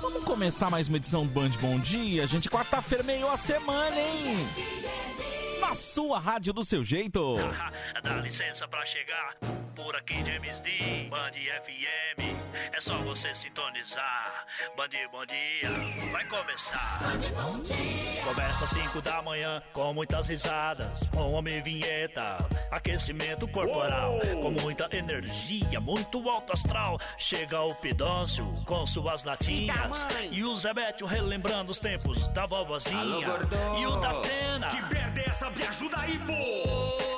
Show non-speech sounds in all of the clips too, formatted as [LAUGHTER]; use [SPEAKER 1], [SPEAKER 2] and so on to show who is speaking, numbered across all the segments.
[SPEAKER 1] Vamos começar mais uma edição do Band Bom Dia, gente. Quarta-feira, meio a semana, hein? Na sua rádio do seu jeito.
[SPEAKER 2] Dá licença pra chegar por aqui, James D. Band FM. É só você sintonizar. Band, bom dia. Vai começar. Começa às 5 da manhã com muitas risadas. Com homem vinheta. Aquecimento corporal. Com muita energia, muito alto astral. Chega o Pidôncio com suas latinhas. E o Zé Bétio relembrando os tempos da vovozinha. e o da Atena.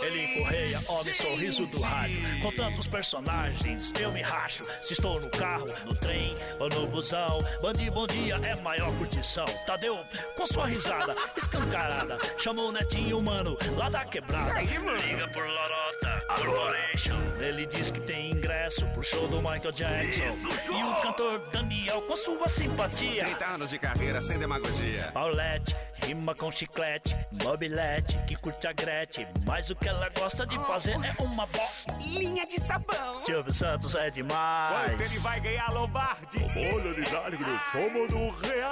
[SPEAKER 2] Ele correia, homem, sorriso do rádio. Com tantos personagens, eu me racho. Se estou no carro, no trem ou no busão. Bandi, bom dia, é maior curtição. Tadeu, com sua risada escancarada, chamou o netinho, mano, lá da quebrada. Liga por Lorota Corporation. Ele diz que tem ingresso pro show do Michael Jackson. E o cantor Daniel, com sua simpatia.
[SPEAKER 3] 30 anos de carreira sem demagogia.
[SPEAKER 2] Paulette, rima com chiclete, mobilete, que curte a Gretchen, mas o que ela gosta de fazer é uma bolinha de sabão. Silvio Santos é
[SPEAKER 3] Quanto ele
[SPEAKER 2] demais.
[SPEAKER 3] vai ganhar, Lombardi?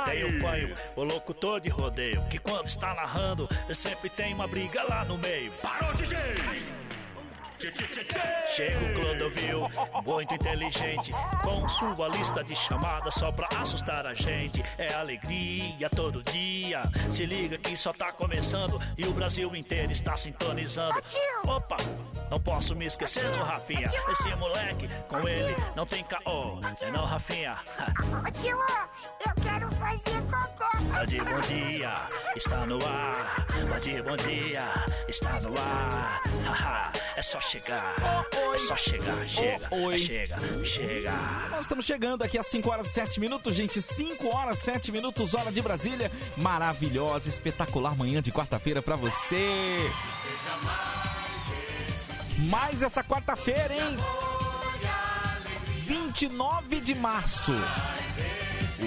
[SPEAKER 2] Tem o Panho, o locutor de rodeio, que quando está narrando, sempre tem uma briga lá no meio. Parou, DJ! Chega o Clodovil, muito inteligente, com sua lista de chamadas só pra assustar a gente. É alegria todo dia. Se liga que só tá começando e o Brasil inteiro está sintonizando. Opa, não posso me esquecer do Rafinha. Esse moleque, com ele, não tem caô. É não, Rafinha.
[SPEAKER 4] Tio, eu quero fazer cocô.
[SPEAKER 3] Tá
[SPEAKER 2] Bande bom dia, está no ar. Bande bom dia, está no ar. Haha, é só chegar. É só chegar, chega.
[SPEAKER 1] Oh, oi.
[SPEAKER 2] é chega, chega.
[SPEAKER 1] Nós estamos chegando aqui às 5 horas e 7 minutos, gente. 5 horas e 7 minutos, hora de Brasília. Maravilhosa, espetacular manhã de quarta-feira pra você. Mais essa quarta-feira, hein? 29 de março.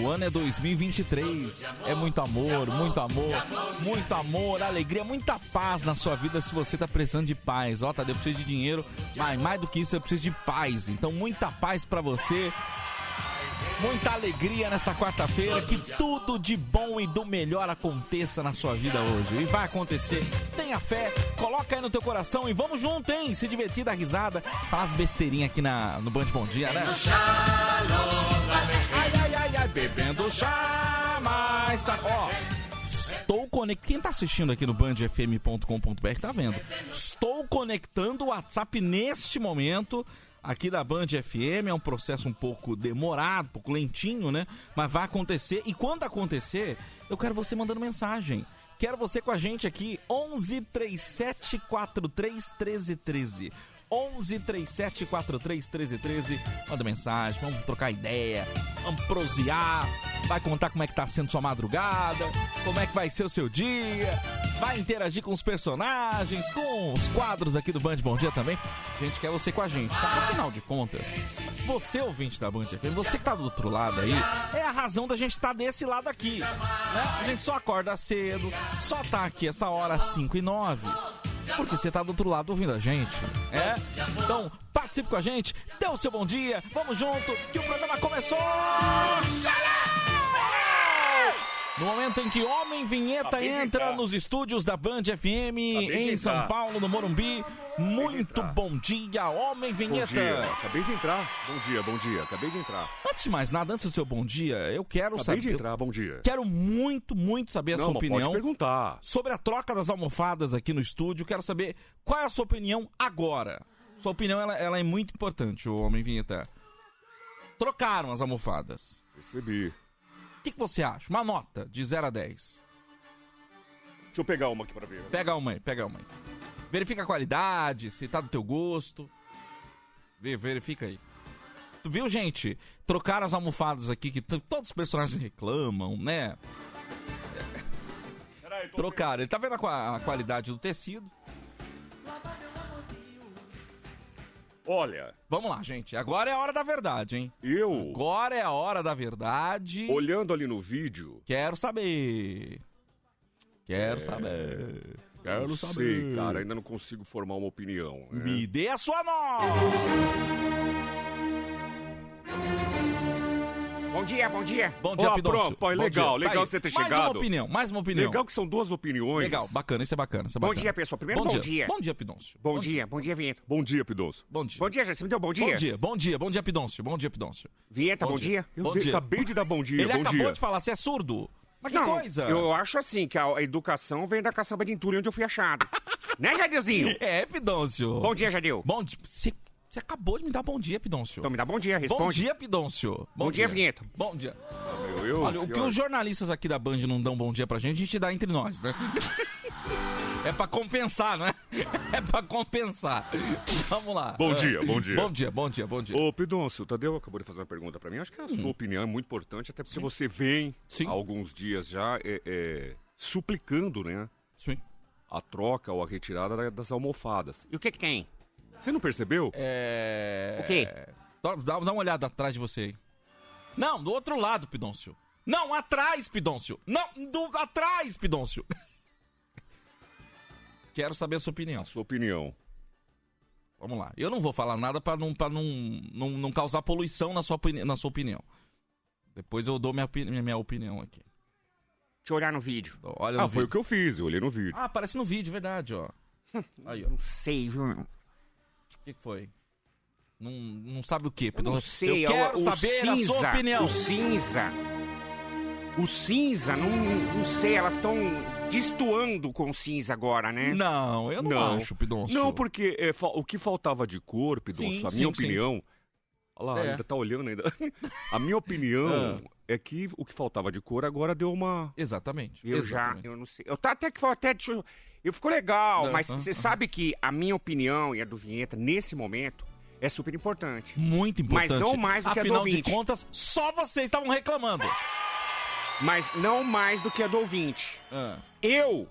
[SPEAKER 1] O ano é 2023. É muito amor, muito amor, muito amor, alegria, muita paz na sua vida se você tá precisando de paz. Ó, Tadeu, eu preciso de dinheiro, mas mais do que isso, eu preciso de paz. Então, muita paz pra você. Muita alegria nessa quarta-feira, que tudo de bom e do melhor aconteça na sua vida hoje. E vai acontecer. Tenha fé, coloca aí no teu coração e vamos junto, hein? Se divertir, dar risada, falar as besteirinhas aqui na, no Band Bom Dia, né? Ai, ai, ai, ai, bebendo chá, mas tá. Ó. Estou conectando. Quem tá assistindo aqui no bandfm.com.br tá vendo. Estou conectando o WhatsApp neste momento aqui da Band FM. É um processo um pouco demorado, um pouco lentinho, né? Mas vai acontecer. E quando acontecer, eu quero você mandando mensagem. Quero você com a gente aqui, 11 37 43 13 13. 11 37 43 13 13. Manda mensagem, vamos trocar ideia, vamos prosear. Vai contar como é que tá sendo sua madrugada, como é que vai ser o seu dia. Vai interagir com os personagens, com os quadros aqui do Band Bom Dia também. A gente quer você com a gente, tá? Afinal de contas, você ouvinte da Band FM, você que tá do outro lado aí, é a razão da gente estar desse lado aqui. Né? A gente só acorda cedo, só tá aqui essa hora às 5 e 9. Porque você tá do outro lado ouvindo a gente. É? Então, participe com a gente, dê o seu bom dia, vamos junto, que o programa começou! No momento em que Homem Vinheta
[SPEAKER 3] Acreditar.
[SPEAKER 1] entra nos estúdios da Band FM em
[SPEAKER 3] Acreditar.
[SPEAKER 1] São Paulo, no Morumbi. Muito bom dia, Homem
[SPEAKER 3] Bom
[SPEAKER 1] Vinheta.
[SPEAKER 3] dia, acabei de entrar. Bom dia, bom dia, acabei de entrar.
[SPEAKER 1] Antes de mais nada, antes do seu bom dia, eu quero
[SPEAKER 3] Acabei
[SPEAKER 1] saber.
[SPEAKER 3] de entrar, bom dia.
[SPEAKER 1] eu Quero muito, muito saber a
[SPEAKER 3] Não,
[SPEAKER 1] sua
[SPEAKER 3] mas pode
[SPEAKER 1] opinião
[SPEAKER 3] perguntar.
[SPEAKER 1] sobre a troca das almofadas aqui no estúdio. Quero saber qual é a sua opinião agora. Sua opinião ela, ela é muito importante, o Homem Vinheta. Trocaram as almofadas.
[SPEAKER 3] Recebi.
[SPEAKER 1] O que, que você acha? Uma nota de 0 a 10.
[SPEAKER 3] Deixa eu pegar uma aqui pra ver.
[SPEAKER 1] Pega uma aí, pega uma aí. Verifica a qualidade, se tá do teu gosto. Vê, verifica aí. Tu viu, gente? Trocaram as almofadas aqui, que t- todos os personagens reclamam, né?
[SPEAKER 3] Peraí, tô
[SPEAKER 1] Trocaram. Ele tá vendo a, qua- a qualidade do tecido.
[SPEAKER 3] pegando. Olha,
[SPEAKER 1] Vamos lá, gente. Agora é a hora da verdade, hein?
[SPEAKER 3] eu,
[SPEAKER 1] Agora é a hora da verdade.
[SPEAKER 3] olhando ali no vídeo,
[SPEAKER 1] Quero saber.
[SPEAKER 3] É.
[SPEAKER 1] Quero saber. Quero
[SPEAKER 3] não
[SPEAKER 1] saber.
[SPEAKER 3] sei, cara, ainda não consigo formar uma opinião. né?
[SPEAKER 1] Me dê a sua nota.
[SPEAKER 5] Bom dia, bom dia.
[SPEAKER 1] Bom dia,
[SPEAKER 3] Ó,
[SPEAKER 1] Pidoncio.
[SPEAKER 3] pronto, pai,
[SPEAKER 1] Bom
[SPEAKER 3] legal,
[SPEAKER 1] dia. Tá
[SPEAKER 3] legal
[SPEAKER 1] aí.
[SPEAKER 3] você ter
[SPEAKER 1] Mais
[SPEAKER 3] chegado.
[SPEAKER 1] uma opinião, mais uma opinião.
[SPEAKER 3] Legal que são duas opiniões.
[SPEAKER 1] Legal, bacana, isso é bacana, isso é
[SPEAKER 5] Bom
[SPEAKER 1] bacana.
[SPEAKER 5] dia, pessoal. Primeiro, bom dia.
[SPEAKER 1] Bom dia, Pidoncio.
[SPEAKER 5] Bom, dia, bom dia, Vinheta.
[SPEAKER 3] Bom dia, Pidonço.
[SPEAKER 1] Bom dia.
[SPEAKER 5] Bom dia, gente. Você me deu bom dia?
[SPEAKER 1] Bom dia, bom dia, bom dia, Pidoncio. Bom dia, Pidoncio.
[SPEAKER 5] Vinheta, Tá bom, dia.
[SPEAKER 3] Eu
[SPEAKER 1] Bom
[SPEAKER 3] dei-
[SPEAKER 1] dia.
[SPEAKER 3] acabei de dar bom dia,
[SPEAKER 1] Ele
[SPEAKER 3] bom
[SPEAKER 1] acabou
[SPEAKER 3] dia.
[SPEAKER 1] de falar, você é surdo? Mas que
[SPEAKER 5] Não,
[SPEAKER 1] coisa?
[SPEAKER 5] Eu acho assim que a educação vem da caçamba de entulho onde eu fui
[SPEAKER 1] [LAUGHS]
[SPEAKER 5] achado. né, Jadeuzinho?
[SPEAKER 1] É, Pidoncio.
[SPEAKER 5] Bom dia, Jadeu.
[SPEAKER 1] Bom dia. Você você acabou de me dar bom dia, Pidoncio.
[SPEAKER 5] Então me dá bom dia, responde.
[SPEAKER 1] Bom dia, Pidoncio.
[SPEAKER 5] Bom dia, Vinheta.
[SPEAKER 1] Bom dia.
[SPEAKER 3] Eu, eu,
[SPEAKER 1] Olha, o que
[SPEAKER 3] senhor.
[SPEAKER 1] os jornalistas aqui da Band não dão bom dia pra gente, a gente dá entre nós, né? [LAUGHS] É pra compensar, não é? [LAUGHS] É pra compensar. Vamos lá.
[SPEAKER 3] Bom dia, bom dia.
[SPEAKER 1] Bom dia, bom dia, bom dia.
[SPEAKER 3] Ô, Pidoncio, o Tadeu acabou de fazer uma pergunta pra mim. Acho que a sua opinião é muito importante, até porque você vem
[SPEAKER 1] Hum. Sim.
[SPEAKER 3] há alguns dias já é, é, suplicando, né?
[SPEAKER 1] Sim.
[SPEAKER 3] A troca ou a retirada da- das almofadas.
[SPEAKER 5] E o que que tem?
[SPEAKER 3] Você não percebeu?
[SPEAKER 1] É...
[SPEAKER 5] O quê?
[SPEAKER 1] Dá, dá- dá uma olhada atrás de você aí. Não, do outro lado, Pidoncio. Não, atrás, Pidoncio. Não, do, atrás, Pidoncio. [LAUGHS] Quero saber a sua opinião.
[SPEAKER 3] Sua opinião.
[SPEAKER 1] Vamos lá. Eu não vou falar nada pra não, pra não, não, não causar poluição na sua, opini- na sua opinião. Depois eu dou minha, opini- minha, minha opinião aqui.
[SPEAKER 5] Deixa eu olhar no vídeo.
[SPEAKER 1] Então, olha
[SPEAKER 3] ah,
[SPEAKER 1] no
[SPEAKER 3] foi
[SPEAKER 1] vídeo.
[SPEAKER 3] o que eu fiz, eu olhei no vídeo.
[SPEAKER 1] Ah, aparece no vídeo, verdade,
[SPEAKER 5] [LAUGHS]
[SPEAKER 1] ó. Aí, ó.
[SPEAKER 5] Não sei, viu? meu?
[SPEAKER 1] O que que foi? Não, não sabe o quê?
[SPEAKER 5] Eu não
[SPEAKER 1] Pidoncio?
[SPEAKER 5] sei.
[SPEAKER 1] eu
[SPEAKER 5] ó,
[SPEAKER 3] é
[SPEAKER 1] quero
[SPEAKER 5] o
[SPEAKER 1] saber a
[SPEAKER 5] cinza,
[SPEAKER 1] sua opinião.
[SPEAKER 5] O cinza. O cinza, não, não sei, elas estão destoando com o cinza agora, né?
[SPEAKER 1] Não, eu não,
[SPEAKER 3] Não.
[SPEAKER 1] acho, Pidoncio.
[SPEAKER 3] Não, porque é, fa- o que faltava de cor, Pidoncio,
[SPEAKER 1] Sim,
[SPEAKER 3] a
[SPEAKER 1] sim,
[SPEAKER 3] minha
[SPEAKER 1] sim.
[SPEAKER 3] opinião. Olha lá,
[SPEAKER 1] É.
[SPEAKER 3] ainda tá olhando ainda. [LAUGHS] a minha opinião é que o que faltava de cor agora deu uma.
[SPEAKER 1] Exatamente.
[SPEAKER 5] Eu já,
[SPEAKER 1] exatamente.
[SPEAKER 5] eu não sei. Eu tá até que foi até. deixa Eu, eu ficou legal,
[SPEAKER 1] Não, tá.
[SPEAKER 5] mas
[SPEAKER 1] aham,
[SPEAKER 5] você
[SPEAKER 1] aham.
[SPEAKER 5] sabe que a minha opinião e a do Vinheta, nesse momento, é super importante.
[SPEAKER 1] Muito importante.
[SPEAKER 5] Mas não mais do que a do
[SPEAKER 1] Afinal de
[SPEAKER 5] ouvinte.
[SPEAKER 1] contas, só vocês estavam reclamando.
[SPEAKER 5] Mas não mais do que a do ouvinte.
[SPEAKER 1] Ah,
[SPEAKER 5] Eu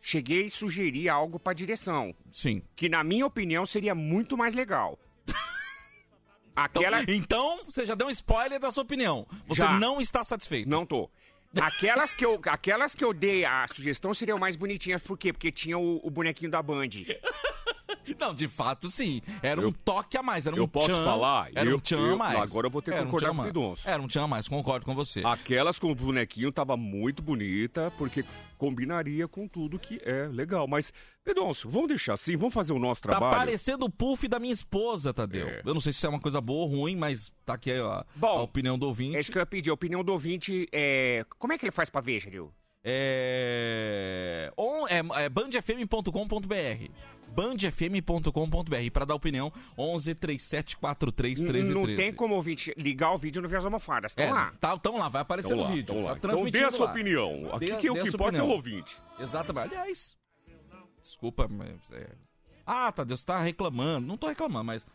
[SPEAKER 5] cheguei e sugeri algo pra direção,
[SPEAKER 1] sim.
[SPEAKER 5] que na minha opinião seria muito mais
[SPEAKER 1] [LAUGHS]
[SPEAKER 5] legal. Aquela.
[SPEAKER 1] Então, você já deu um spoiler da sua opinião. Você
[SPEAKER 5] Já.
[SPEAKER 1] não está satisfeito.
[SPEAKER 5] Não tô. Aquelas que, eu, aquelas que eu dei a sugestão seriam mais bonitinhas, por quê? Porque tinha o, o bonequinho da Band.
[SPEAKER 1] Não, de fato, sim. Era um
[SPEAKER 3] Eu-
[SPEAKER 1] toque a mais. Era um
[SPEAKER 3] eu posso
[SPEAKER 1] tchan,
[SPEAKER 3] falar?
[SPEAKER 1] Era
[SPEAKER 3] Eu-
[SPEAKER 1] um tchan a
[SPEAKER 3] eu-
[SPEAKER 1] mais.
[SPEAKER 3] agora eu vou ter que
[SPEAKER 1] Era um
[SPEAKER 3] concordar
[SPEAKER 1] tchan a
[SPEAKER 3] com o Ah,
[SPEAKER 1] mais.
[SPEAKER 3] Pidoncio.
[SPEAKER 1] Era um tchan a mais, concordo com você.
[SPEAKER 3] Aquelas com o bonequinho tava muito bonita, porque combinaria com tudo que é legal. Mas, Pedoncio, vamos deixar assim, vamos fazer o nosso
[SPEAKER 1] Tá
[SPEAKER 3] trabalho.
[SPEAKER 1] parecendo o puff da minha esposa, Tadeu.
[SPEAKER 3] É.
[SPEAKER 1] Eu não sei se isso é uma coisa boa ou ruim, mas tá aqui ó, a,
[SPEAKER 5] Bom,
[SPEAKER 1] opinião do ouvinte.
[SPEAKER 5] É isso que eu ia pedir. A opinião do ouvinte é. Como é que ele faz pra ver, Jeril?
[SPEAKER 1] É, on- é, é bandfm.com.br bandfm.com.br para dar opinião 11 37 43 13
[SPEAKER 5] Não
[SPEAKER 1] 13.
[SPEAKER 5] tem como ouvinte ligar o vídeo e não ver as almofadas. Estão
[SPEAKER 1] É,
[SPEAKER 5] lá.
[SPEAKER 1] tá, tão lá, vai aparecer
[SPEAKER 3] Então
[SPEAKER 1] no
[SPEAKER 3] lá,
[SPEAKER 1] vídeo.
[SPEAKER 3] então lá.
[SPEAKER 1] Tá
[SPEAKER 3] Então dê
[SPEAKER 1] transmitindo
[SPEAKER 3] a sua
[SPEAKER 1] lá.
[SPEAKER 3] opinião. Aqui
[SPEAKER 1] Dê-
[SPEAKER 3] que o
[SPEAKER 1] dê a
[SPEAKER 3] que
[SPEAKER 1] sua
[SPEAKER 3] importa é
[SPEAKER 1] opinião.
[SPEAKER 3] o ouvinte.
[SPEAKER 1] Exatamente. Aliás, desculpa, mas. É... Ah, Tadeu, você tá reclamando. Não tô reclamando, mas.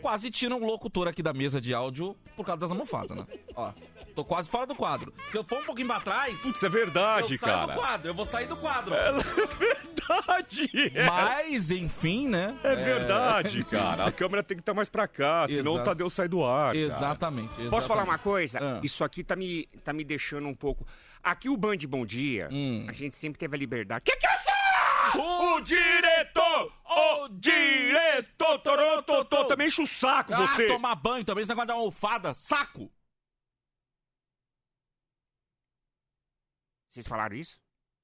[SPEAKER 1] Quase tira um locutor aqui da mesa de áudio por causa das almofadas, né? Ó, tô quase fora do quadro. Se eu for um pouquinho pra trás,
[SPEAKER 3] Putz, é
[SPEAKER 1] eu
[SPEAKER 3] verdade,
[SPEAKER 1] saio
[SPEAKER 3] cara. [LAUGHS] É.
[SPEAKER 1] do quadro, eu vou sair do quadro.
[SPEAKER 3] Verdade, é.
[SPEAKER 1] Mas, enfim, né?
[SPEAKER 3] É verdade, cara. A câmera tem que estar mais pra cá, senão
[SPEAKER 1] Exato.
[SPEAKER 3] o Tadeu sai do ar. cara.
[SPEAKER 1] Exatamente.
[SPEAKER 5] Posso
[SPEAKER 1] exatamente.
[SPEAKER 5] falar uma coisa?
[SPEAKER 1] Ah.
[SPEAKER 5] Isso aqui tá me, tá me deixando um pouco. Aqui o Band Bom Dia, a gente sempre teve a liberdade. Que que eu sou?
[SPEAKER 3] O diretor! O diretor! Torô, totô, também enche o saco
[SPEAKER 1] Ah,
[SPEAKER 3] você!
[SPEAKER 1] tomar banho também, esse negócio da almofada, saco!
[SPEAKER 5] Vocês falaram isso?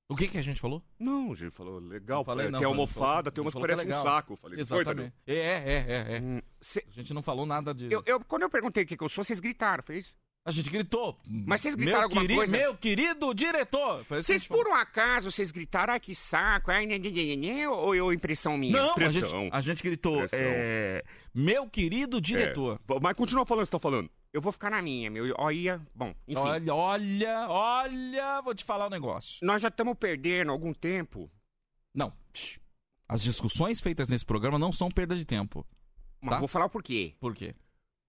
[SPEAKER 1] O que, que a gente falou?
[SPEAKER 3] Não, Gil falou, legal,
[SPEAKER 1] falei,
[SPEAKER 3] é,
[SPEAKER 1] não,
[SPEAKER 3] tem
[SPEAKER 1] falou,
[SPEAKER 3] almofada,
[SPEAKER 1] falou.
[SPEAKER 3] tem umas que
[SPEAKER 1] Falou que é
[SPEAKER 3] parecem um
[SPEAKER 1] legal.
[SPEAKER 3] saco. Eu Falei, foi,
[SPEAKER 1] Exatamente. É, é, é, é.
[SPEAKER 5] A
[SPEAKER 1] gente não falou nada de.
[SPEAKER 5] Hum. Eu, eu- quando eu perguntei o que, que eu sou, vocês gritaram, foi isso?
[SPEAKER 1] A gente gritou.
[SPEAKER 5] Mas vocês gritaram
[SPEAKER 1] meu
[SPEAKER 5] alguma
[SPEAKER 1] queri-
[SPEAKER 5] coisa?
[SPEAKER 1] Meu querido diretor! Foi assim
[SPEAKER 5] Vocês,
[SPEAKER 1] que a gente
[SPEAKER 5] por um acaso, vocês gritaram, ai, que saco, ai, nhê, nhê, nhê, nhê, ou eu impressão É. minha?
[SPEAKER 1] Não, a gente, a gente gritou.
[SPEAKER 5] Pressão.
[SPEAKER 1] é, meu querido diretor.
[SPEAKER 3] Mas continua falando o que você tá falando.
[SPEAKER 5] Eu vou ficar na minha, meu. Olha, bom, enfim.
[SPEAKER 1] Olha, olha, olha, vou te falar um negócio.
[SPEAKER 5] Nós já estamos perdendo algum tempo.
[SPEAKER 1] Não. Tch. As discussões feitas nesse programa não são perda de tempo.
[SPEAKER 5] Mas
[SPEAKER 3] Tá.
[SPEAKER 5] vou falar o porquê.
[SPEAKER 1] Por quê?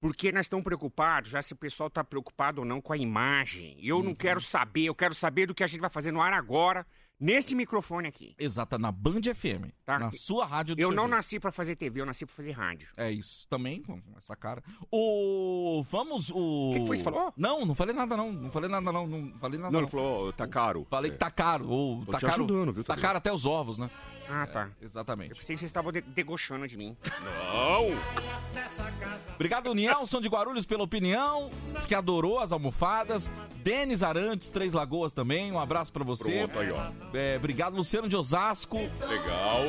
[SPEAKER 5] Porque nós estamos preocupados, já se o pessoal está preocupado ou não com a imagem. Eu
[SPEAKER 3] Uhum.
[SPEAKER 5] não quero saber, eu quero saber do que a gente vai fazer no ar agora, nesse microfone aqui.
[SPEAKER 1] Exata, na Band FM.
[SPEAKER 5] Tá?
[SPEAKER 1] Na sua rádio do
[SPEAKER 5] Eu
[SPEAKER 1] seu
[SPEAKER 5] não
[SPEAKER 1] jeito.
[SPEAKER 5] nasci para fazer TV, eu nasci para fazer rádio.
[SPEAKER 1] É isso também, com com essa cara. O. Vamos, o. O
[SPEAKER 5] que que foi? Você falou?
[SPEAKER 1] Não, não falei nada, não. Não falei nada, não. Não falei nada.
[SPEAKER 3] Não, ele falou, ó, tá caro.
[SPEAKER 1] Falei que tá caro. Ou
[SPEAKER 3] Tô
[SPEAKER 1] tá
[SPEAKER 3] te
[SPEAKER 1] caro.
[SPEAKER 3] ajudando, viu,
[SPEAKER 1] tá
[SPEAKER 3] Tadeu?
[SPEAKER 1] caro até os ovos, né?
[SPEAKER 3] É.
[SPEAKER 5] Ah, tá.
[SPEAKER 1] Exatamente.
[SPEAKER 5] Eu pensei que vocês estavam de- debochando de mim.
[SPEAKER 3] Não!
[SPEAKER 1] Obrigado, Nelson de Guarulhos, pela opinião. Diz que adorou as almofadas. Denis Arantes, Três Lagoas também. Um abraço pra você.
[SPEAKER 3] Pronto, aí, ó.
[SPEAKER 1] É, obrigado, Luciano de Osasco.
[SPEAKER 3] Legal.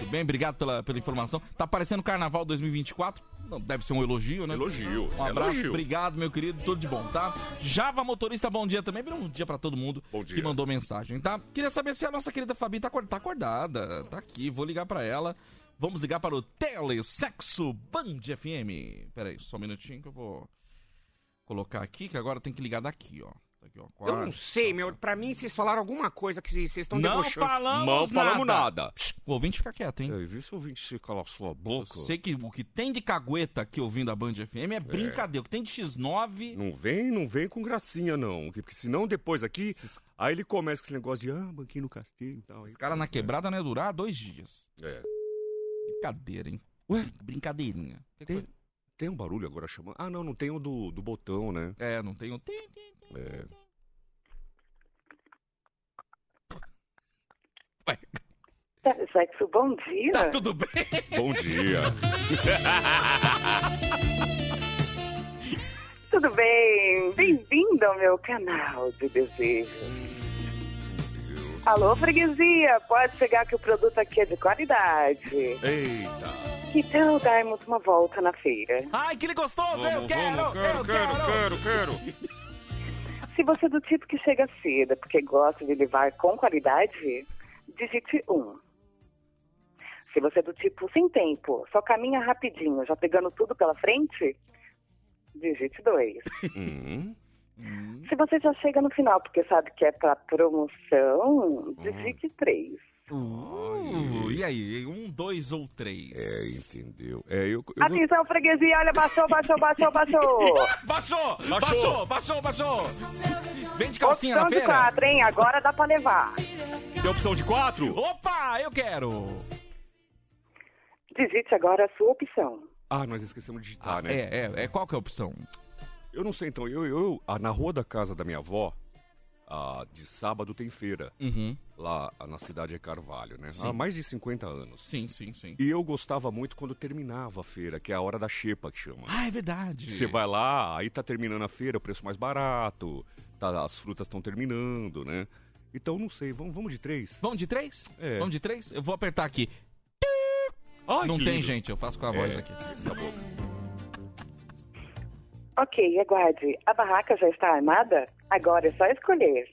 [SPEAKER 1] Tudo bem, obrigado pela, pela informação. Tá parecendo Carnaval 2024. Não, deve ser um elogio, né?
[SPEAKER 3] Elogio,
[SPEAKER 1] Um abraço,
[SPEAKER 3] elogio.
[SPEAKER 1] obrigado, meu querido. Tudo de bom, tá? Java Motorista, bom dia também. Vira um dia pra todo mundo
[SPEAKER 3] dia.
[SPEAKER 1] que mandou mensagem, tá? Queria saber se a nossa querida Fabi tá acor- tá acordada. Tá aqui, vou ligar pra ela. Vamos ligar para o Telesexo Band FM. Pera aí, só um minutinho que eu vou colocar aqui, que agora tem que ligar daqui, ó. Tá aqui, ó.
[SPEAKER 5] Eu não sei, meu. Pra mim, vocês falaram alguma coisa que vocês vocês estão
[SPEAKER 1] Não
[SPEAKER 5] debochando.
[SPEAKER 1] falamos,
[SPEAKER 3] Não falamos nada. É.
[SPEAKER 1] O ouvinte fica quieto, hein?
[SPEAKER 3] Eu vi se ouvinte calar sua boca.
[SPEAKER 1] Sei que o que tem de cagueta aqui ouvindo a Band FM é brincadeira. O que tem de X9.
[SPEAKER 3] Não vem, não vem com gracinha, não. que- Porque senão depois aqui, aí ele começa com esse negócio de, ah, banquinho no castelo e tal.
[SPEAKER 1] Esse cara na quebrada não ia durar dois dias.
[SPEAKER 3] É.
[SPEAKER 1] Brincadeira, hein?
[SPEAKER 3] Ué?
[SPEAKER 1] Brincadeirinha. Que
[SPEAKER 3] Tem,
[SPEAKER 1] coisa-
[SPEAKER 3] tem um barulho agora chamando. Ah, não, não tem o do, do botão,
[SPEAKER 1] [LAUGHS]
[SPEAKER 3] né?
[SPEAKER 1] É, não tem um. Tim, tim.
[SPEAKER 3] É.
[SPEAKER 1] Ué,
[SPEAKER 6] Sexo, é um bom dia.
[SPEAKER 1] tá tudo bem?
[SPEAKER 3] Bom dia.
[SPEAKER 6] Tudo bem? Bem-vindo ao meu canal de desejos. Alô, freguesia, pode chegar que o produto aqui é de qualidade.
[SPEAKER 3] Eita.
[SPEAKER 6] Que tal darmos uma volta na feira?
[SPEAKER 1] Ai, que ele gostoso! eu quero! eu quero!
[SPEAKER 3] quero,
[SPEAKER 6] Se você é do tipo que chega cedo porque gosta de levar com qualidade, digite um. Se você é do tipo sem tempo, só caminha rapidinho, já pegando tudo pela frente, digite dois.
[SPEAKER 3] Hum,
[SPEAKER 6] Se você já chega no final porque sabe que é pra promoção, digite três.
[SPEAKER 1] Uh, e aí? Um, dois ou três?
[SPEAKER 3] é, entendeu. É, eu, eu vou-
[SPEAKER 6] Atenção, freguesia, olha, baixou, baixou, baixou, baixou.
[SPEAKER 1] Baixou! Baixou!
[SPEAKER 3] Baixou.
[SPEAKER 1] Baixou! Baixou! Vende calcinha na
[SPEAKER 6] Opção de
[SPEAKER 1] feira?
[SPEAKER 6] quatro, hein? Agora dá pra levar.
[SPEAKER 3] Tem opção de quatro?
[SPEAKER 1] Opa, eu quero!
[SPEAKER 6] Digite agora a sua opção.
[SPEAKER 3] Ah, nós esquecemos de digitar, né?
[SPEAKER 1] É, é, é. Qual que é a opção?
[SPEAKER 3] Eu não sei, então. Eu, eu ah, na rua da casa da minha avó, ah, de sábado tem feira.
[SPEAKER 1] Uhum.
[SPEAKER 3] Lá ah, na cidade de Carvalho, né? Há mais de 50 anos.
[SPEAKER 1] Sim, sim, sim.
[SPEAKER 3] E eu gostava muito quando terminava a feira, que é a hora da xepa que chama.
[SPEAKER 1] Ah, é verdade.
[SPEAKER 3] Você vai lá, aí tá terminando a feira, o preço mais barato, tá, as frutas estão terminando, né? Então não sei, vamos, vamos de três.
[SPEAKER 1] Vamos de três?
[SPEAKER 3] É.
[SPEAKER 1] Vamos de três? Eu vou apertar aqui.
[SPEAKER 3] Ai,
[SPEAKER 1] Não
[SPEAKER 3] que
[SPEAKER 1] tem,
[SPEAKER 3] lindo.
[SPEAKER 1] gente, eu faço com a voz
[SPEAKER 3] É.
[SPEAKER 1] aqui.
[SPEAKER 3] Acabou.
[SPEAKER 6] Ok, aguarde. A barraca já está armada? Agora é só escolher.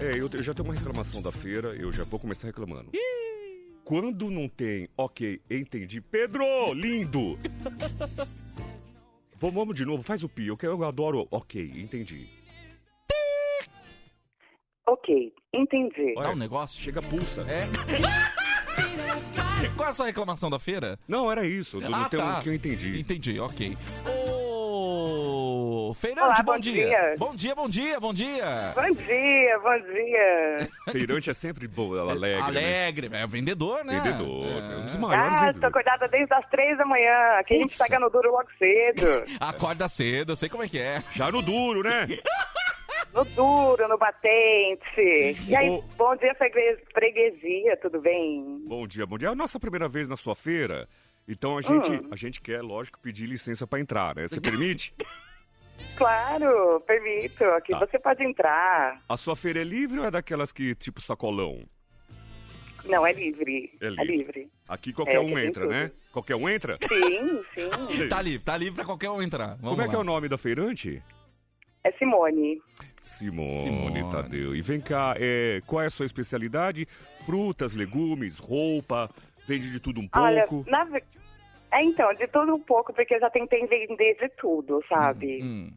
[SPEAKER 3] É, eu, eu já tenho uma reclamação da feira, eu já vou começar reclamando. Quando não tem, ok, entendi. Pedro, lindo! Vamos- Vamos de novo, faz o pi, eu, quero- eu adoro, ok, entendi.
[SPEAKER 6] Ok, entendi.
[SPEAKER 1] Dá um negócio?
[SPEAKER 3] Chega, pulsa.
[SPEAKER 1] É.
[SPEAKER 3] [LAUGHS]
[SPEAKER 1] Qual é a sua reclamação da feira?
[SPEAKER 3] Não, era isso, do, não tem um que eu entendi.
[SPEAKER 1] Ah, tá. Entendi, ok. Ô, Feirante,
[SPEAKER 6] Olá,
[SPEAKER 1] bom,
[SPEAKER 6] bom
[SPEAKER 1] dia.
[SPEAKER 6] dia.
[SPEAKER 1] Bom dia, bom dia, bom dia.
[SPEAKER 6] Bom dia, bom dia.
[SPEAKER 3] Feirante é sempre boa, alegre. né?
[SPEAKER 1] Alegre, é vendedor, né?
[SPEAKER 3] Vendedor, é um dos maiores
[SPEAKER 6] Ah, estou
[SPEAKER 3] vendedores.
[SPEAKER 6] acordada desde as três da manhã. Aqui a gente
[SPEAKER 1] Putz.
[SPEAKER 6] pega no duro logo cedo.
[SPEAKER 1] Acorda cedo, eu sei como é que é.
[SPEAKER 3] Já no duro, né?
[SPEAKER 6] No duro, no batente. E aí,
[SPEAKER 3] Ô.
[SPEAKER 6] bom dia, fregue- freguesia, tudo bem?
[SPEAKER 3] Bom dia, bom dia. É a nossa primeira vez na sua feira, então a gente, a gente quer, lógico, pedir licença pra entrar, né? Você permite?
[SPEAKER 6] Claro, permito. Aqui
[SPEAKER 3] Tá.
[SPEAKER 6] você pode entrar.
[SPEAKER 3] A sua feira é livre ou é daquelas que, tipo, sacolão?
[SPEAKER 6] Não, é livre.
[SPEAKER 3] É livre. Aqui qualquer
[SPEAKER 6] É, aqui
[SPEAKER 3] um
[SPEAKER 6] tem
[SPEAKER 3] entra,
[SPEAKER 6] tudo.
[SPEAKER 3] né? Qualquer um entra?
[SPEAKER 6] Sim, sim.
[SPEAKER 1] Tá livre, tá livre pra qualquer um entrar. Vamos
[SPEAKER 3] Como é que é
[SPEAKER 1] lá.
[SPEAKER 3] o nome da feirante?
[SPEAKER 6] É Simone.
[SPEAKER 3] Simone,
[SPEAKER 1] tá
[SPEAKER 3] Tadeu. E vem cá, é, qual é a sua especialidade? Frutas, legumes, roupa, vende de tudo um
[SPEAKER 6] Olha,
[SPEAKER 3] pouco.
[SPEAKER 6] na ve- É, então, de tudo um pouco, porque eu já tentei vender de tudo, sabe?
[SPEAKER 3] Hum,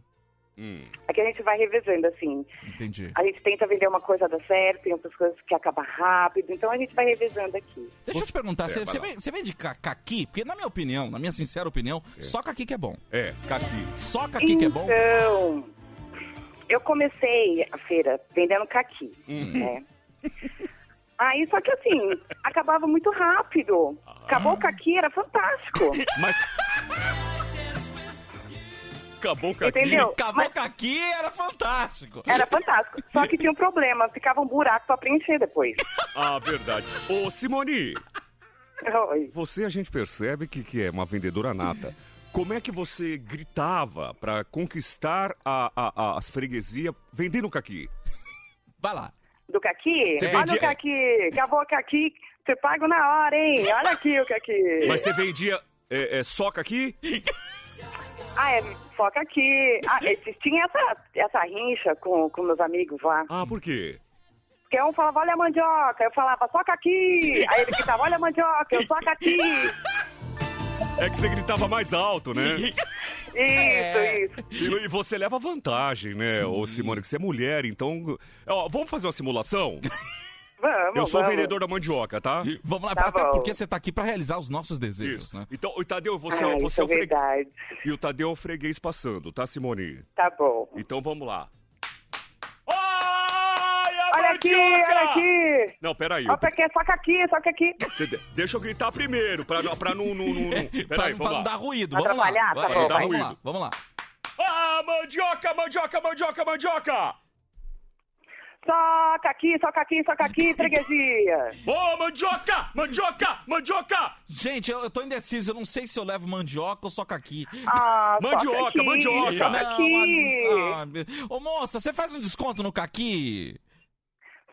[SPEAKER 6] Aqui a gente vai revezando, assim.
[SPEAKER 1] entendi.
[SPEAKER 6] A gente tenta vender uma coisa dá certo, tem outras coisas que acaba rápido, então a gente vai revezando aqui.
[SPEAKER 1] Deixa eu te
[SPEAKER 3] É,
[SPEAKER 1] perguntar, você,
[SPEAKER 6] vai
[SPEAKER 1] você
[SPEAKER 6] lá.
[SPEAKER 1] vende, você vende ca- caqui? Porque na minha opinião, na minha sincera opinião, só caqui que é bom.
[SPEAKER 3] É, caqui.
[SPEAKER 1] Só caqui que é bom?
[SPEAKER 6] Então, eu comecei a feira vendendo caqui,
[SPEAKER 1] Hum.
[SPEAKER 6] né? Aí, só que assim, acabava muito rápido. Acabou o caqui, era fantástico.
[SPEAKER 3] Mas. Acabou o caqui.
[SPEAKER 6] Entendeu?
[SPEAKER 1] Acabou
[SPEAKER 6] Mas-
[SPEAKER 1] caqui, era fantástico.
[SPEAKER 6] Era fantástico. Só que tinha um problema, ficava um buraco pra preencher depois. [LAUGHS]
[SPEAKER 3] Ah, verdade. Ô, Simone!
[SPEAKER 6] Oi.
[SPEAKER 3] Você, a gente percebe que, que é uma vendedora nata. Como é que você gritava pra conquistar a, a, a, as freguesia vendendo caqui?
[SPEAKER 1] Vai lá.
[SPEAKER 6] Do caqui?
[SPEAKER 3] Você
[SPEAKER 6] Olha
[SPEAKER 3] vendia-
[SPEAKER 6] o caqui, acabou o caqui, você paga na hora, hein? Olha aqui o caqui.
[SPEAKER 3] Mas você vendia é, é, só caqui?
[SPEAKER 6] Ah, é, foca aqui. Ah,
[SPEAKER 3] Uhum.
[SPEAKER 6] esse- tinha essa, essa rincha com, com meus amigos lá.
[SPEAKER 3] Ah, por quê?
[SPEAKER 6] Porque um falava, olha a mandioca. Eu falava, soca aqui. Aí ele gritava, olha a mandioca, eu soca
[SPEAKER 3] [LAUGHS]
[SPEAKER 6] aqui.
[SPEAKER 3] É que você gritava mais
[SPEAKER 6] [LAUGHS]
[SPEAKER 3] alto, né?
[SPEAKER 6] Isso,
[SPEAKER 3] É.
[SPEAKER 6] isso.
[SPEAKER 3] E, e você leva vantagem, né, ô Simone? Que você é mulher, então. Ó, vamos fazer uma simulação?
[SPEAKER 6] Vamos,
[SPEAKER 3] Eu sou o
[SPEAKER 6] vamos.
[SPEAKER 3] vendedor da mandioca, tá?
[SPEAKER 1] Vamos lá,
[SPEAKER 6] Tá
[SPEAKER 1] até
[SPEAKER 6] bom.
[SPEAKER 1] porque você tá aqui pra realizar os nossos desejos, né?
[SPEAKER 3] Então, o Tadeu, você,
[SPEAKER 6] Ah,
[SPEAKER 3] é-
[SPEAKER 6] isso
[SPEAKER 3] você
[SPEAKER 6] é
[SPEAKER 3] é o freguês.
[SPEAKER 6] verdade.
[SPEAKER 3] E o Tadeu é o freguês passando, tá, Simone?
[SPEAKER 6] Tá bom.
[SPEAKER 3] Então vamos lá. Olha,
[SPEAKER 6] Olha aqui, olha aqui.
[SPEAKER 3] Não, peraí.
[SPEAKER 6] Olha aqui, soca aqui, soca aqui.
[SPEAKER 3] De- de- Deixa eu gritar primeiro, pra, pra não. não, não, não.
[SPEAKER 6] [LAUGHS]
[SPEAKER 1] Pra,
[SPEAKER 3] Peraí,
[SPEAKER 1] pra
[SPEAKER 3] vamos
[SPEAKER 1] não
[SPEAKER 3] lá.
[SPEAKER 1] dar ruído,
[SPEAKER 6] Pra
[SPEAKER 1] vamos lá.
[SPEAKER 6] atrapalhar, tá
[SPEAKER 1] Vai,
[SPEAKER 6] bom,
[SPEAKER 1] tá,
[SPEAKER 6] vai.
[SPEAKER 1] vamos lá, vamos lá.
[SPEAKER 3] Ah, mandioca, mandioca, mandioca, mandioca!
[SPEAKER 6] Soca aqui, soca aqui, soca aqui, freguesia.
[SPEAKER 3] Ô, mandioca, mandioca, mandioca!
[SPEAKER 1] Gente, eu, eu tô indeciso, eu não sei se eu levo mandioca ou só caqui.
[SPEAKER 6] Ah, soca
[SPEAKER 3] Mandioca,
[SPEAKER 6] aqui,
[SPEAKER 3] mandioca.
[SPEAKER 6] soca
[SPEAKER 1] Não,
[SPEAKER 6] aqui.
[SPEAKER 1] ah, meu- Ô moça, você faz um desconto no caqui?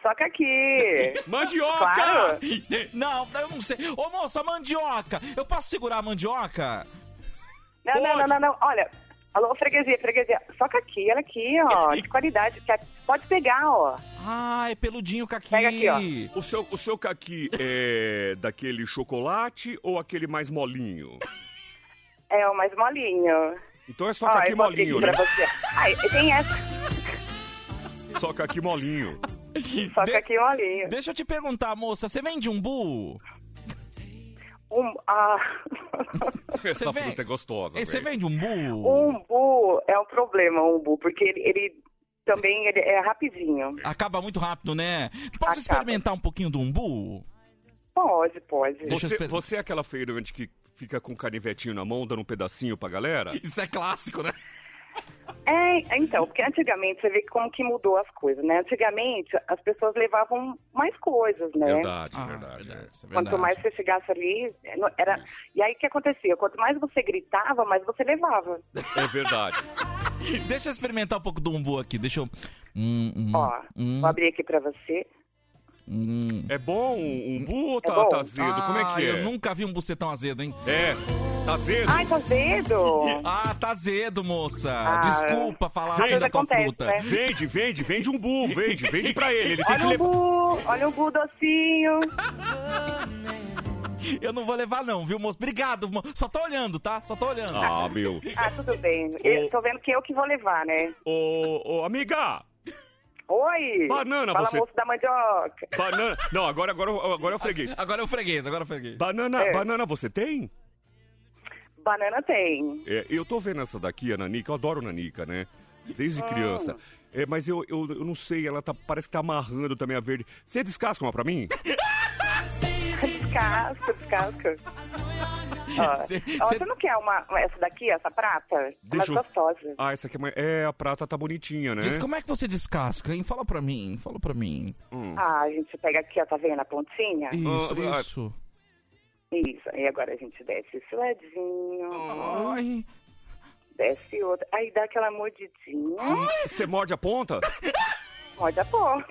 [SPEAKER 6] Soca aqui.
[SPEAKER 3] Mandioca!
[SPEAKER 6] Claro.
[SPEAKER 1] Não, eu não sei. Ô moça, mandioca! Eu posso segurar a mandioca?
[SPEAKER 6] Não, não, não, não, não. Olha, alô, freguesia, freguesia. Soca aqui, olha aqui, ó. De qualidade. que é- Pode pegar, ó.
[SPEAKER 1] Ah, é peludinho o caqui.
[SPEAKER 6] Pega aqui, ó.
[SPEAKER 3] O seu, o seu caqui é daquele chocolate ou aquele mais molinho?
[SPEAKER 6] É o mais molinho.
[SPEAKER 3] Então é só
[SPEAKER 6] Ó,
[SPEAKER 3] caqui
[SPEAKER 6] Ah, eu botei aqui
[SPEAKER 3] molinho, né?
[SPEAKER 6] pra você. Ai, tem essa.
[SPEAKER 3] Só caqui
[SPEAKER 1] [LAUGHS]
[SPEAKER 3] molinho.
[SPEAKER 6] Soca aqui molinho.
[SPEAKER 1] Deixa eu te perguntar, moça, você vende umbu?
[SPEAKER 6] Um,
[SPEAKER 3] [LAUGHS]
[SPEAKER 6] ah,
[SPEAKER 3] Essa
[SPEAKER 1] vem-
[SPEAKER 3] fruta é gostosa,
[SPEAKER 1] Ei, Você
[SPEAKER 3] velho.
[SPEAKER 1] vende umbu?
[SPEAKER 6] umbu é um problema, umbu, porque ele, ele também ele é rapidinho.
[SPEAKER 1] Acaba muito rápido, né? Posso
[SPEAKER 6] Acaba.
[SPEAKER 1] experimentar um pouquinho do umbu?
[SPEAKER 6] Pode, pode.
[SPEAKER 1] Deixa eu
[SPEAKER 3] Você,
[SPEAKER 1] esper-
[SPEAKER 3] você é aquela feirante que fica com o canivetinho na mão, dando um pedacinho pra galera?
[SPEAKER 1] Isso é clássico, né?
[SPEAKER 6] É, então, porque antigamente você vê como que mudou as coisas, né? Antigamente as pessoas levavam mais coisas, né?
[SPEAKER 3] Verdade,
[SPEAKER 1] Ah,
[SPEAKER 3] verdade.
[SPEAKER 1] verdade, isso é
[SPEAKER 6] Quanto
[SPEAKER 1] verdade.
[SPEAKER 6] mais você chegasse ali, eh, não- era. E aí o que acontecia? Quanto mais você gritava, mais você levava.
[SPEAKER 3] É verdade.
[SPEAKER 1] Deixa eu experimentar um pouco do umbu aqui, deixa eu... Hum, hum,
[SPEAKER 6] Ó,
[SPEAKER 1] hum,
[SPEAKER 6] vou abrir aqui pra você.
[SPEAKER 1] hum.
[SPEAKER 3] É bom um um bu ou tá,
[SPEAKER 6] bom?
[SPEAKER 3] tá azedo? Como é
[SPEAKER 1] Ah,
[SPEAKER 3] que é?
[SPEAKER 1] Eu nunca vi um bucetão azedo, hein?
[SPEAKER 3] É, tá azedo?
[SPEAKER 6] Ai, tá vendo?
[SPEAKER 1] Ah, tá azedo, moça.
[SPEAKER 6] Ah,
[SPEAKER 1] Desculpa falar
[SPEAKER 6] às
[SPEAKER 1] assim
[SPEAKER 6] vezes
[SPEAKER 1] da tua
[SPEAKER 6] acontece,
[SPEAKER 1] fruta.
[SPEAKER 6] né?
[SPEAKER 3] Vende, vende, vende um bu, vende, vende pra ele. Ele tem que
[SPEAKER 6] Olha o
[SPEAKER 3] levar.
[SPEAKER 6] um bu, olha o bu docinho.
[SPEAKER 1] Eu não vou levar, não, viu, moço? Obrigado, moço. Só tô olhando, tá? Só tô olhando.
[SPEAKER 3] Ah, meu.
[SPEAKER 6] Ah, tudo bem. Eu tô vendo que eu que vou levar, né?
[SPEAKER 3] Ô, ô, amiga!
[SPEAKER 6] Oi!
[SPEAKER 3] Banana,
[SPEAKER 6] Fala,
[SPEAKER 3] você-
[SPEAKER 6] moço da mandioca.
[SPEAKER 3] Banana. Não, agora, agora, agora eu freguês.
[SPEAKER 1] Agora eu freguês, agora eu freguês.
[SPEAKER 3] Banana,
[SPEAKER 6] É.
[SPEAKER 3] banana você tem?
[SPEAKER 6] Banana tem.
[SPEAKER 3] É, eu tô vendo essa daqui, a Nanica, eu adoro Nanica, né? Desde
[SPEAKER 6] Ah.
[SPEAKER 3] criança. É, mas eu, eu, eu não sei, ela tá, parece que tá amarrando também a verde. Você descasca uma pra mim?
[SPEAKER 6] é Descasca, descasca. Ó,
[SPEAKER 1] Cê-
[SPEAKER 6] ó,
[SPEAKER 1] cê-
[SPEAKER 6] Você não quer uma, essa daqui, essa prata? É mais
[SPEAKER 3] Deixa eu-
[SPEAKER 6] gostosa.
[SPEAKER 3] Ah, essa aqui é, mais- é, a prata tá bonitinha, né?
[SPEAKER 1] Diz, como é que você descasca, hein? Fala pra mim, fala pra mim.
[SPEAKER 6] Ah, a gente pega aqui, ó, tá vendo a pontinha?
[SPEAKER 1] Isso,
[SPEAKER 3] ah,
[SPEAKER 1] isso. Ah.
[SPEAKER 6] Isso. E agora a gente desce esse ladinho.
[SPEAKER 1] Ai,
[SPEAKER 6] desce outra. Aí dá aquela mordidinha.
[SPEAKER 1] Ah.
[SPEAKER 3] Você morde a ponta?
[SPEAKER 6] Morde a ponta.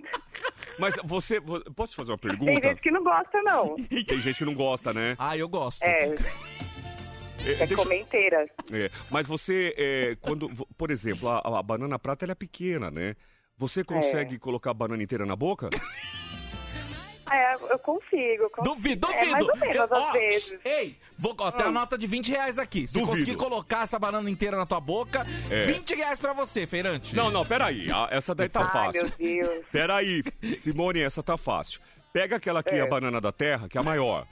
[SPEAKER 3] Mas você. vo- Posso te fazer uma
[SPEAKER 6] Tem
[SPEAKER 1] Então.
[SPEAKER 3] pergunta?
[SPEAKER 6] gente que não gosta, não.
[SPEAKER 3] Tem gente que não gosta, né?
[SPEAKER 1] Ah, eu gosto. [LAUGHS]
[SPEAKER 6] É, é comer inteira.
[SPEAKER 3] É, mas você, é, quando, vo- por exemplo, a, a banana prata ela é pequena, né? Você consegue colocar a banana inteira
[SPEAKER 1] [LAUGHS]
[SPEAKER 3] na boca?
[SPEAKER 6] É, eu consigo. eu consigo.
[SPEAKER 1] Duvido,
[SPEAKER 6] É, mais
[SPEAKER 1] duvido.
[SPEAKER 6] ou menos,
[SPEAKER 1] Eu-
[SPEAKER 6] às
[SPEAKER 1] ó,
[SPEAKER 6] vezes. Hum.
[SPEAKER 1] Ei, vou até a nota de 20 reais aqui. Se
[SPEAKER 3] Duvido.
[SPEAKER 1] conseguir colocar essa banana inteira na tua boca,
[SPEAKER 3] É.
[SPEAKER 1] 20 reais pra você, feirante.
[SPEAKER 3] Não, não, peraí. a- essa daí tá
[SPEAKER 6] Ai,
[SPEAKER 3] fácil.
[SPEAKER 6] meu Deus.
[SPEAKER 3] Peraí, Simone, essa tá fácil. Pega aquela que é a banana da terra, que é a maior.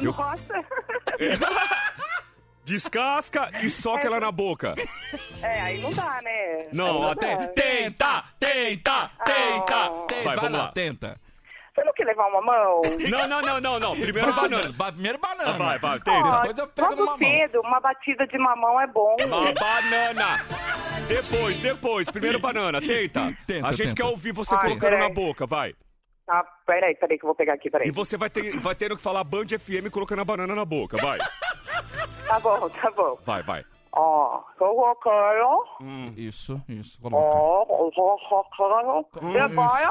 [SPEAKER 3] Eu-
[SPEAKER 6] Nossa.
[SPEAKER 3] Descasca e soca ela na boca.
[SPEAKER 6] [LAUGHS] É, aí não dá, né? Aí
[SPEAKER 3] Não, até.
[SPEAKER 6] dá.
[SPEAKER 1] Tenta, tenta,
[SPEAKER 6] Ah.
[SPEAKER 1] tenta, tenta.
[SPEAKER 3] Vai, vamos
[SPEAKER 1] lá,
[SPEAKER 3] lá.
[SPEAKER 1] tenta.
[SPEAKER 6] Você não quer levar uma mão?
[SPEAKER 3] Não, não, não, não, não. Primeiro
[SPEAKER 1] Banana,
[SPEAKER 3] banana.
[SPEAKER 1] ba- Primeiro banana.
[SPEAKER 3] Vai, vai,
[SPEAKER 6] Ó,
[SPEAKER 3] tenta.
[SPEAKER 1] [LAUGHS] Depois eu pego
[SPEAKER 6] logo
[SPEAKER 1] uma mão.
[SPEAKER 6] cedo, uma batida de mamão é bom.
[SPEAKER 3] Uma banana. Depois, depois. Primeiro banana, tenta.
[SPEAKER 1] Tenta,
[SPEAKER 3] a gente
[SPEAKER 1] tenta.
[SPEAKER 3] quer ouvir você
[SPEAKER 6] Ai,
[SPEAKER 3] colocando na
[SPEAKER 6] peraí.
[SPEAKER 3] boca, vai.
[SPEAKER 6] Ah, peraí, peraí que eu vou pegar aqui, peraí.
[SPEAKER 3] E você vai, ter, vai tendo que falar Band FM colocando a banana na boca, vai.
[SPEAKER 6] Tá bom, tá bom.
[SPEAKER 3] Vai, vai.
[SPEAKER 6] Ó, colocando.
[SPEAKER 1] Isso, isso, coloca. Hum,
[SPEAKER 6] Ó, colocando. E agora?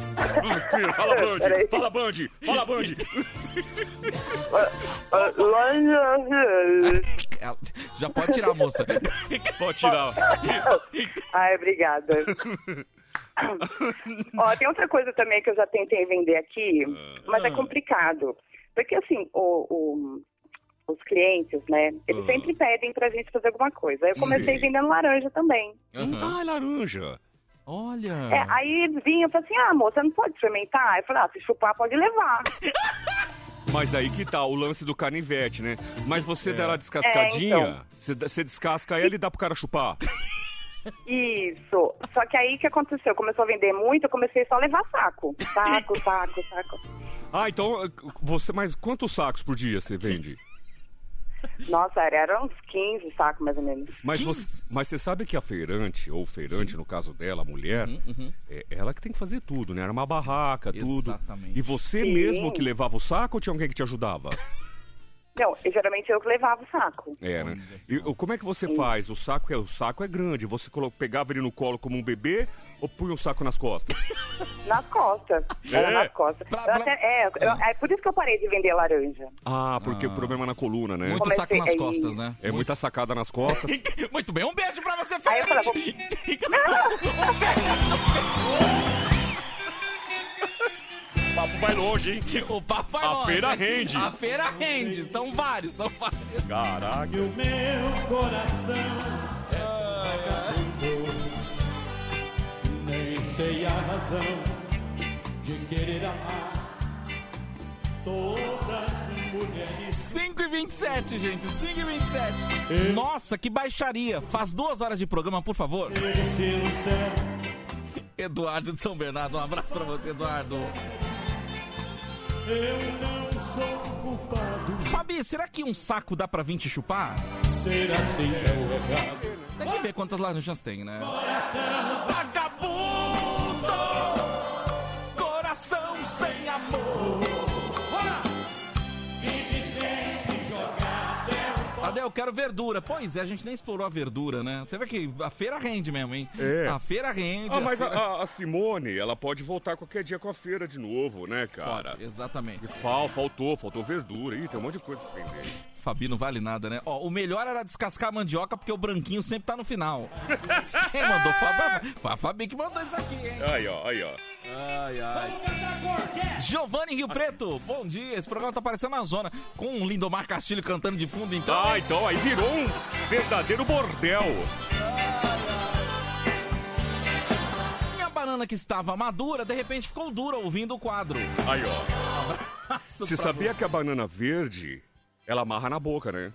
[SPEAKER 3] fala Band,
[SPEAKER 6] Peraí.
[SPEAKER 3] fala Band, fala Band.
[SPEAKER 6] Ah,
[SPEAKER 1] [LAUGHS]
[SPEAKER 6] longe-
[SPEAKER 1] Ela- Já pode tirar, moça.
[SPEAKER 3] É. Pode tirar.
[SPEAKER 6] Ai,
[SPEAKER 1] [LAUGHS]
[SPEAKER 6] obrigada. Ó, tem outra coisa também que eu já tentei vender aqui, mas é
[SPEAKER 1] Ah.
[SPEAKER 6] complicado. Porque, assim, o- o- os clientes, né, eles
[SPEAKER 1] Ah.
[SPEAKER 6] sempre pedem pra gente fazer alguma coisa. Eu comecei
[SPEAKER 3] Sim.
[SPEAKER 6] vendendo laranja também.
[SPEAKER 3] Ah, laranja.
[SPEAKER 1] Olha.
[SPEAKER 6] É, aí eles vinham e falaram assim, ah, moça, não pode experimentar? Eu falei, ah, se chupar, pode levar.
[SPEAKER 3] Mas aí que tá, o lance do canivete, né? Mas você dá ela descascadinha,
[SPEAKER 6] É, então.
[SPEAKER 3] você, dá- você descasca ela e dá pro cara chupar.
[SPEAKER 6] Isso. Só que aí o que aconteceu? Começou a vender muito, eu comecei só a levar saco.
[SPEAKER 7] [LAUGHS]
[SPEAKER 6] Saco, saco, saco.
[SPEAKER 3] Ah, então, você, mas quantos sacos por dia você vende?
[SPEAKER 6] Nossa, era, era uns 15 sacos, mais ou menos.
[SPEAKER 3] Mas você, mas você sabe que a feirante, ou feirante, no caso dela, a mulher, é ela que tem que fazer tudo, né? Era uma barraca, tudo.
[SPEAKER 1] exatamente.
[SPEAKER 3] E você
[SPEAKER 6] Sim.
[SPEAKER 3] mesmo que levava o saco ou tinha alguém que te ajudava?
[SPEAKER 6] Não, eu, geralmente eu que levava o saco.
[SPEAKER 3] É, né? E, o- como é que você faz? O saco é, o saco é grande. Você colo- pegava ele no colo como um bebê ou punha o saco nas costas?
[SPEAKER 6] Nas costas. Era
[SPEAKER 3] É?
[SPEAKER 6] nas costas.
[SPEAKER 3] Pra-
[SPEAKER 6] Eu até- é, eu- é por isso que eu parei de vender laranja.
[SPEAKER 3] Ah, porque o problema é na coluna, né?
[SPEAKER 1] Muito saco
[SPEAKER 6] Comecei-
[SPEAKER 1] nas
[SPEAKER 6] é
[SPEAKER 1] costas,
[SPEAKER 6] isso.
[SPEAKER 1] né?
[SPEAKER 3] É muita sacada nas costas.
[SPEAKER 1] Muito bem, um beijo pra você,
[SPEAKER 6] Aí eu falei, vou-
[SPEAKER 1] feirante.
[SPEAKER 3] O papo vai longe, hein?
[SPEAKER 1] O papo vai
[SPEAKER 3] A
[SPEAKER 1] longe,
[SPEAKER 3] feira
[SPEAKER 1] hein?
[SPEAKER 3] rende.
[SPEAKER 1] A feira rende. São vários, são vários.
[SPEAKER 3] Caraca.
[SPEAKER 8] Meu coração nem sei a razão de querer amar todas as mulheres.
[SPEAKER 1] 5 e 27, gente. 5 e
[SPEAKER 3] É.
[SPEAKER 1] 27. Nossa, que baixaria. Faz duas horas de programa, por favor. Eduardo de São Bernardo, um abraço pra você, Eduardo.
[SPEAKER 8] Eu não sou um culpado.
[SPEAKER 1] Fabi, será que um saco dá pra 20 chupar?
[SPEAKER 8] Ser assim é o errado.
[SPEAKER 1] Tem que ver quantas laranjas tem, né?
[SPEAKER 8] Coração vagabundo, coração sem amor. Bora! Vive sempre jogado. é um
[SPEAKER 1] Cadê Olha, eu quero verdura. Pois é, a gente nem explorou a verdura, né? Você vê que a feira rende mesmo, hein?
[SPEAKER 3] É.
[SPEAKER 1] A feira rende.
[SPEAKER 3] [LAUGHS] Ah, mas a,
[SPEAKER 1] feira-
[SPEAKER 3] a- a Simone, ela pode voltar qualquer dia com a feira de novo, né, cara?
[SPEAKER 1] exatamente.
[SPEAKER 3] Fal, faltou, faltou verdura. Ih, tem um monte de coisa pra vender.
[SPEAKER 1] Fabi não vale nada, né? Ó, o melhor era descascar a mandioca porque o branquinho sempre tá no final. Quem mandou? Foi a Fa- Foi a Fabi que mandou isso aqui, hein?
[SPEAKER 3] Aí, ó, aí, ó.
[SPEAKER 1] Ai, ai. Giovanni Rio Preto, bom dia. Esse programa tá parecendo na zona. Com um Lindomar Castilho cantando de fundo, então.
[SPEAKER 3] Ah, então aí virou um verdadeiro bordel.
[SPEAKER 1] Minha banana que estava madura, de repente ficou dura ouvindo o quadro.
[SPEAKER 3] Aí, ó. Você sabia que a banana verde, ela amarra na boca, né?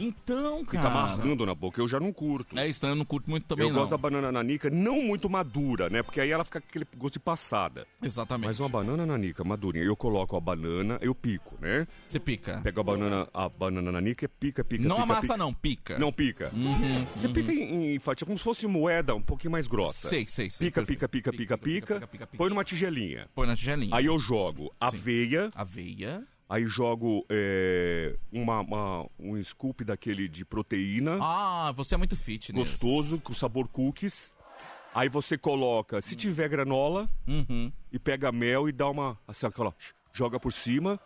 [SPEAKER 1] Então,
[SPEAKER 3] Fica
[SPEAKER 1] cara.
[SPEAKER 3] amarrando na boca. Eu já não curto.
[SPEAKER 1] É estranho, eu não curto muito também,
[SPEAKER 3] Eu
[SPEAKER 1] não.
[SPEAKER 3] gosto da banana nanica não muito madura, né? Porque aí ela fica com aquele gosto de passada.
[SPEAKER 1] Exatamente.
[SPEAKER 3] Mas uma banana nanica madurinha, eu coloco a banana, eu pico, né?
[SPEAKER 1] Você pica.
[SPEAKER 3] Pego a banana, a banana nanica, e pica, pica,
[SPEAKER 1] Não
[SPEAKER 3] pica,
[SPEAKER 1] amassa,
[SPEAKER 3] pica.
[SPEAKER 1] não, Uhum. pica.
[SPEAKER 3] Não pica. Você pica em, em fatia, como se fosse moeda um pouquinho mais grossa.
[SPEAKER 1] Sei, sei, sei,
[SPEAKER 3] Pica, pica, pica, pica, pica, põe numa tigelinha.
[SPEAKER 1] Põe na tigelinha.
[SPEAKER 3] Aí eu jogo aveia,
[SPEAKER 1] Aveia.
[SPEAKER 3] aí jogo é, uma, uma- um scoop daquele de proteína
[SPEAKER 1] Ah, você é muito fitness.
[SPEAKER 3] gostoso, com sabor cookies. Aí você coloca, se tiver granola,
[SPEAKER 1] Uhum.
[SPEAKER 3] e pega mel e dá uma. Assim, aquela, joga por cima.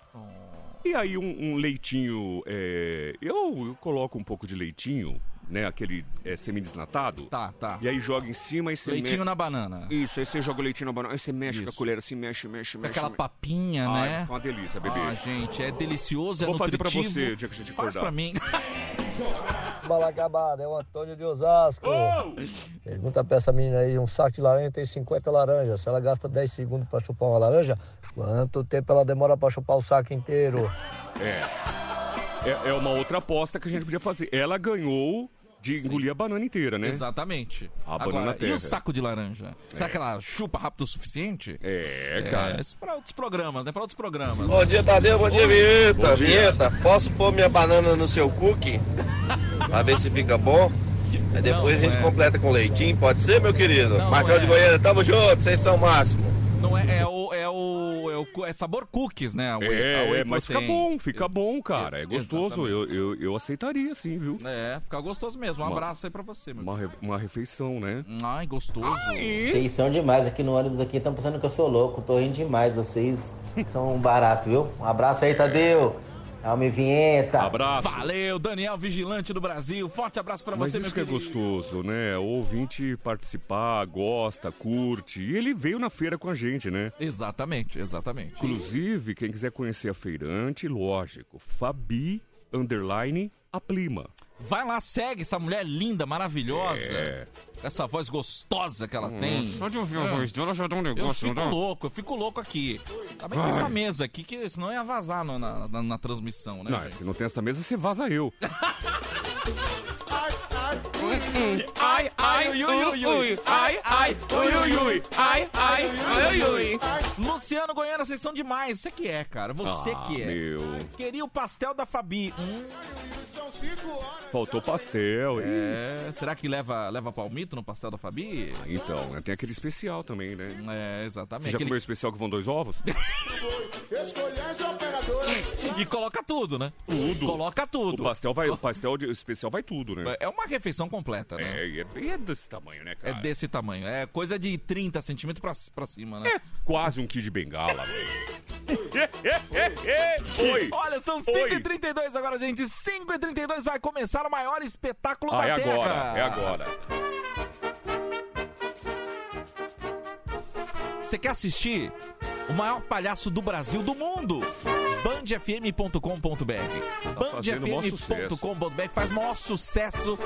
[SPEAKER 3] E aí um, um leitinho. é, eu, eu coloco um pouco de leitinho, né? Aquele é, semidesnatado.
[SPEAKER 1] Tá, tá.
[SPEAKER 3] E aí joga em cima e você
[SPEAKER 1] Leitinho
[SPEAKER 3] me-
[SPEAKER 1] na banana.
[SPEAKER 3] Isso, aí você joga o leitinho na banana. Aí você mexe com
[SPEAKER 1] Isso.
[SPEAKER 3] a colher, assim, mexe, mexe, mexe.
[SPEAKER 1] Aquela
[SPEAKER 3] mexe.
[SPEAKER 1] papinha,
[SPEAKER 3] Ai,
[SPEAKER 1] né?
[SPEAKER 3] fica uma delícia, bebê.
[SPEAKER 1] Ah, gente, é delicioso, é
[SPEAKER 3] Vou fazer pra
[SPEAKER 1] nutritivo.
[SPEAKER 3] você o dia que a gente
[SPEAKER 1] Faz
[SPEAKER 3] acordar.
[SPEAKER 1] pra mim.
[SPEAKER 9] Bala acabada, é o Antônio de Osasco. Pergunta pra essa menina aí, um saco de laranja tem 50 laranjas. Se ela gasta 10 segundos pra chupar uma laranja, quanto tempo ela demora pra chupar o saco inteiro?
[SPEAKER 3] É. é. é uma outra aposta que a gente podia fazer. Ela ganhou de engolir a banana inteira, né?
[SPEAKER 1] Exatamente.
[SPEAKER 3] A
[SPEAKER 1] Agora,
[SPEAKER 3] banana
[SPEAKER 1] e
[SPEAKER 3] terra.
[SPEAKER 1] o saco de laranja? Será que ela chupa rápido o suficiente?
[SPEAKER 3] É, cara.
[SPEAKER 1] isso pra outros programas, né? Pra outros programas.
[SPEAKER 10] Bom dia, Tadeu. Bom dia, Vinheta.
[SPEAKER 1] Bom dia.
[SPEAKER 10] Vinheta, posso pôr minha banana no seu cookie? Pra ver se fica bom? Aí depois a gente
[SPEAKER 1] é.
[SPEAKER 10] completa com leitinho, pode ser, meu querido? Marcão de Goiânia, tamo junto, vocês são o máximo.
[SPEAKER 1] Não é, é o, é o, é o cu- é sabor cookies, né? A whey- a
[SPEAKER 3] É,
[SPEAKER 1] whey
[SPEAKER 3] é, mas fica
[SPEAKER 1] protein.
[SPEAKER 3] bom, fica bom, cara. É gostoso. Eu, eu, eu aceitaria, sim, viu?
[SPEAKER 1] É, fica gostoso mesmo. Um
[SPEAKER 3] Uma-
[SPEAKER 1] abraço aí pra você, meu.
[SPEAKER 3] Uma, re- uma refeição, né?
[SPEAKER 1] Ai, gostoso.
[SPEAKER 11] Vocês são demais aqui no ônibus aqui, estão pensando que eu sou louco, tô rindo demais. Vocês são um barato, viu? Um abraço aí, Tadeu. Alme
[SPEAKER 1] Tá.
[SPEAKER 11] Vinheta.
[SPEAKER 3] Abraço.
[SPEAKER 1] Valeu, Daniel Vigilante do Brasil. Forte abraço pra
[SPEAKER 3] Mas
[SPEAKER 1] você,
[SPEAKER 3] isso
[SPEAKER 1] meu
[SPEAKER 3] que é
[SPEAKER 1] querido.
[SPEAKER 3] gostoso, né? O ouvinte participar, gosta, curte. E ele veio na feira com a gente, né?
[SPEAKER 1] Exatamente, exatamente.
[SPEAKER 3] Inclusive, quem quiser conhecer a feirante, lógico, Fabi, underline, a prima.
[SPEAKER 1] Vai lá, segue essa mulher linda, maravilhosa.
[SPEAKER 3] É. Hum.
[SPEAKER 1] Essa voz gostosa que ela tem. Ah.
[SPEAKER 5] só de ouvir a voz dela já dá um
[SPEAKER 1] Eu
[SPEAKER 5] negócio,
[SPEAKER 1] fico
[SPEAKER 5] não dá?
[SPEAKER 1] louco, eu fico louco aqui. Tá bem com essa mesa aqui, que senão ia vazar no- na, na- na transmissão, né?
[SPEAKER 3] Não,
[SPEAKER 1] gente?
[SPEAKER 3] se não tem essa mesa, você vaza eu.
[SPEAKER 5] Ai, ai, ui, ui, ui. Ai, ai, ui, ui, ui. Ai, ai, ui, ui, ui.
[SPEAKER 1] Luciano Goiano, vocês são demais. Você que é, cara. Você
[SPEAKER 3] Ah,
[SPEAKER 1] que é.
[SPEAKER 3] meu.
[SPEAKER 1] Queria o pastel da Fabi. Hum,
[SPEAKER 3] Faltou pastel. É.
[SPEAKER 1] é, será que leva, leva palmito no pastel da Fabi?
[SPEAKER 3] Então, né, tem aquele especial também, né?
[SPEAKER 1] É, exatamente.
[SPEAKER 3] Você já
[SPEAKER 1] Aquele-
[SPEAKER 3] comeu especial que vão dois ovos?
[SPEAKER 1] E coloca tudo, né?
[SPEAKER 3] Tudo.
[SPEAKER 1] Coloca tudo.
[SPEAKER 3] O pastel vai, o pastel de- o especial vai tudo, né?
[SPEAKER 1] É uma refeição completa, né?
[SPEAKER 3] É, e é bem desse tamanho, né,
[SPEAKER 1] É
[SPEAKER 3] cara?
[SPEAKER 1] desse tamanho. É coisa de 30 centímetros pra, pra cima, né?
[SPEAKER 3] Quase um kit
[SPEAKER 1] [LAUGHS]
[SPEAKER 3] de bengala, velho. Oi!
[SPEAKER 1] Olha, são 5h32 agora, gente. 5h32 vai começar o maior espetáculo
[SPEAKER 3] Ah,
[SPEAKER 1] um da
[SPEAKER 3] é
[SPEAKER 1] Terra.
[SPEAKER 3] agora, é agora.
[SPEAKER 1] Você quer assistir o maior palhaço do Brasil, do mundo? bandfm.com.br
[SPEAKER 3] fazendo maior sucesso.
[SPEAKER 1] bandfm.com.br faz maior sucesso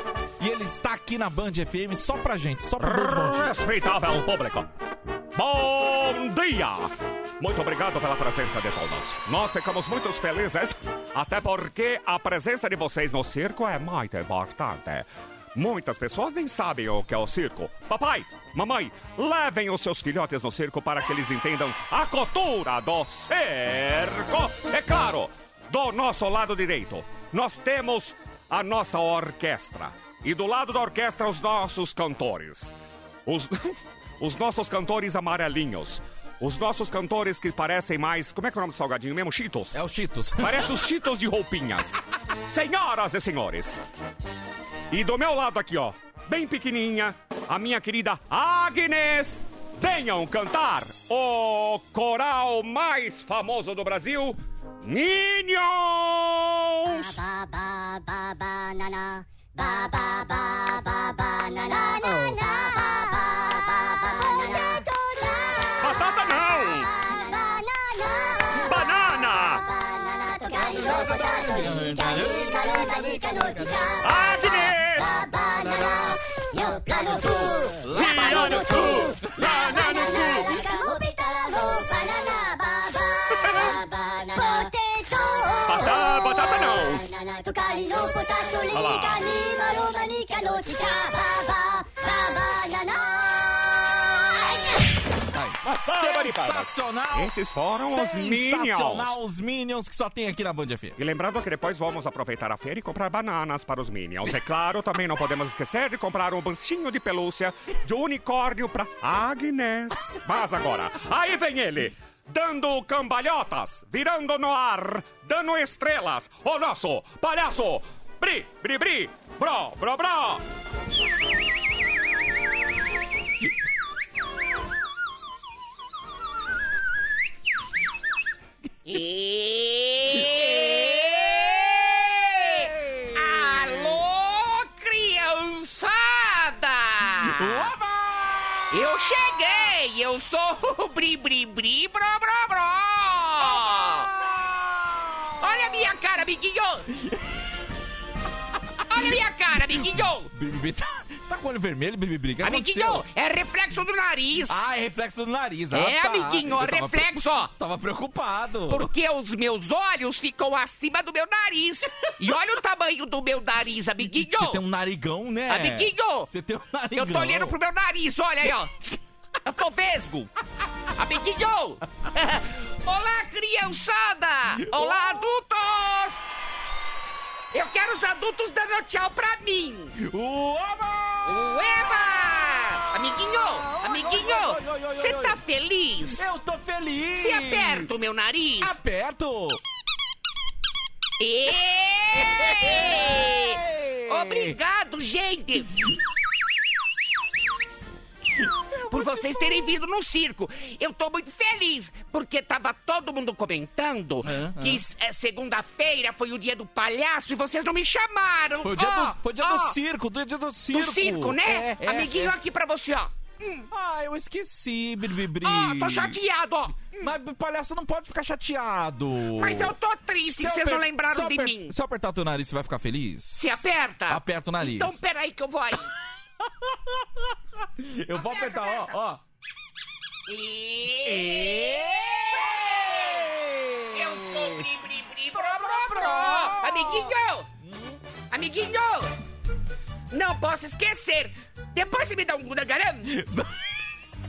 [SPEAKER 1] e ele está aqui na Band FM só pra gente, só pra Band Bom Dia.
[SPEAKER 3] Respeitável público. Bom dia! Muito obrigado pela presença de todos. Nós ficamos muito felizes, até porque a presença de vocês no circo é muito importante. Muitas pessoas nem sabem o que é o circo. Papai, mamãe, levem os seus filhotes no circo para que eles entendam a cultura do circo. É claro, do nosso lado direito, nós temos a nossa orquestra. E do lado
[SPEAKER 5] [LAUGHS]
[SPEAKER 3] da orquestra, os nossos cantores. Os, os nossos cantores amarelinhos.
[SPEAKER 5] Os nossos cantores que parecem mais. Como é que é o nome do salgadinho mesmo? Cheetos?
[SPEAKER 1] É o Cheetos.
[SPEAKER 5] Parece os Cheetos de roupinhas. Senhoras e senhores. E do meu lado aqui, ó, bem pequenininha, a minha querida Agnes. Venham cantar o coral mais famoso do Brasil, Minions!
[SPEAKER 12] Ba ba ba ba na na. Ba ba ba ba ba na na na na. Ba ba ba ba na na.
[SPEAKER 5] Batata não! Banana! Agnes! Batata, batata não!
[SPEAKER 1] Sensacional!
[SPEAKER 5] Esses foram os Minions!
[SPEAKER 1] Sensacional, os Minions que só tem aqui na Band FM.
[SPEAKER 5] E lembrando que depois vamos aproveitar a feira e comprar bananas para os Minions. É claro, também não podemos esquecer de comprar um banchinho de pelúcia de unicórnio para Agnes. Mas agora, aí vem ele, dando cambalhotas, virando no ar, dando estrelas. O nosso palhaço, Bri, Bri, Bri, Bro, Bro, Bro.
[SPEAKER 3] Alô, criançada! Eu cheguei, eu sou [LAUGHS] o Bri Bri Bri Bro Bro Bro! Olha a minha cara, amiguinho! [LAUGHS] Olha a minha cara, amiguinho!
[SPEAKER 1] Bibibi tá, tá com o olho vermelho, Bibibi. O que
[SPEAKER 3] Amiguinho,
[SPEAKER 1] aconteceu?
[SPEAKER 3] é reflexo do nariz!
[SPEAKER 1] Ah, é reflexo do nariz. Ah,
[SPEAKER 3] É,
[SPEAKER 1] tá.
[SPEAKER 3] amiguinho,
[SPEAKER 1] Eu tava
[SPEAKER 3] reflexo!
[SPEAKER 1] preocup- Tava preocupado.
[SPEAKER 3] Porque os meus olhos ficam acima do meu nariz. E olha o tamanho do meu nariz, amiguinho.
[SPEAKER 1] Você tem um narigão, né?
[SPEAKER 3] Amiguinho!
[SPEAKER 1] Você tem um narigão.
[SPEAKER 3] Eu tô olhando pro meu nariz, olha aí, ó. Eu tô vesgo.
[SPEAKER 1] [LAUGHS]
[SPEAKER 3] Amiguinho! Olá, criançada!
[SPEAKER 1] Oh.
[SPEAKER 3] Olá, adultos! Eu quero os adultos dando tchau pra mim.
[SPEAKER 1] Ueba!
[SPEAKER 3] Ueba! Amiguinho,
[SPEAKER 1] Oi, oi, oi,
[SPEAKER 3] amiguinho,
[SPEAKER 1] oi,
[SPEAKER 3] você
[SPEAKER 1] oi.
[SPEAKER 3] tá feliz?
[SPEAKER 1] Eu tô feliz!
[SPEAKER 3] Você aperta o meu nariz?
[SPEAKER 1] Aperto! [LAUGHS]
[SPEAKER 3] Ei! Obrigado, gente! Por vocês terem vindo no circo. Eu tô muito feliz, porque tava todo mundo comentando que eh, segunda-feira foi o dia do palhaço e vocês não me chamaram.
[SPEAKER 1] Foi o dia,
[SPEAKER 3] Ó,
[SPEAKER 1] do, foi o dia
[SPEAKER 3] ó,
[SPEAKER 1] do circo, do dia do circo.
[SPEAKER 3] Do circo, né?
[SPEAKER 1] É, é,
[SPEAKER 3] Amiguinho,
[SPEAKER 1] é.
[SPEAKER 3] aqui pra você, ó. Hum.
[SPEAKER 1] Ah, eu esqueci, Bibibri.
[SPEAKER 3] Ó, tô chateado, ó.
[SPEAKER 1] Mas palhaço não pode ficar chateado.
[SPEAKER 3] Mas eu tô triste
[SPEAKER 1] Se
[SPEAKER 3] que vocês
[SPEAKER 1] aper-
[SPEAKER 3] não
[SPEAKER 1] se
[SPEAKER 3] lembraram de
[SPEAKER 1] aper-
[SPEAKER 3] mim.
[SPEAKER 1] Se eu apertar teu nariz, você vai ficar feliz?
[SPEAKER 3] Se aperta.
[SPEAKER 1] Aperta o nariz.
[SPEAKER 3] Então peraí que eu vou aí.
[SPEAKER 1] [LAUGHS] eu vou apertar, ó, ó.
[SPEAKER 3] Eu sou bri bri bri bro bro bro. Amiguinho! Amiguinho! Não posso esquecer. Depois você me dá um gudangaram.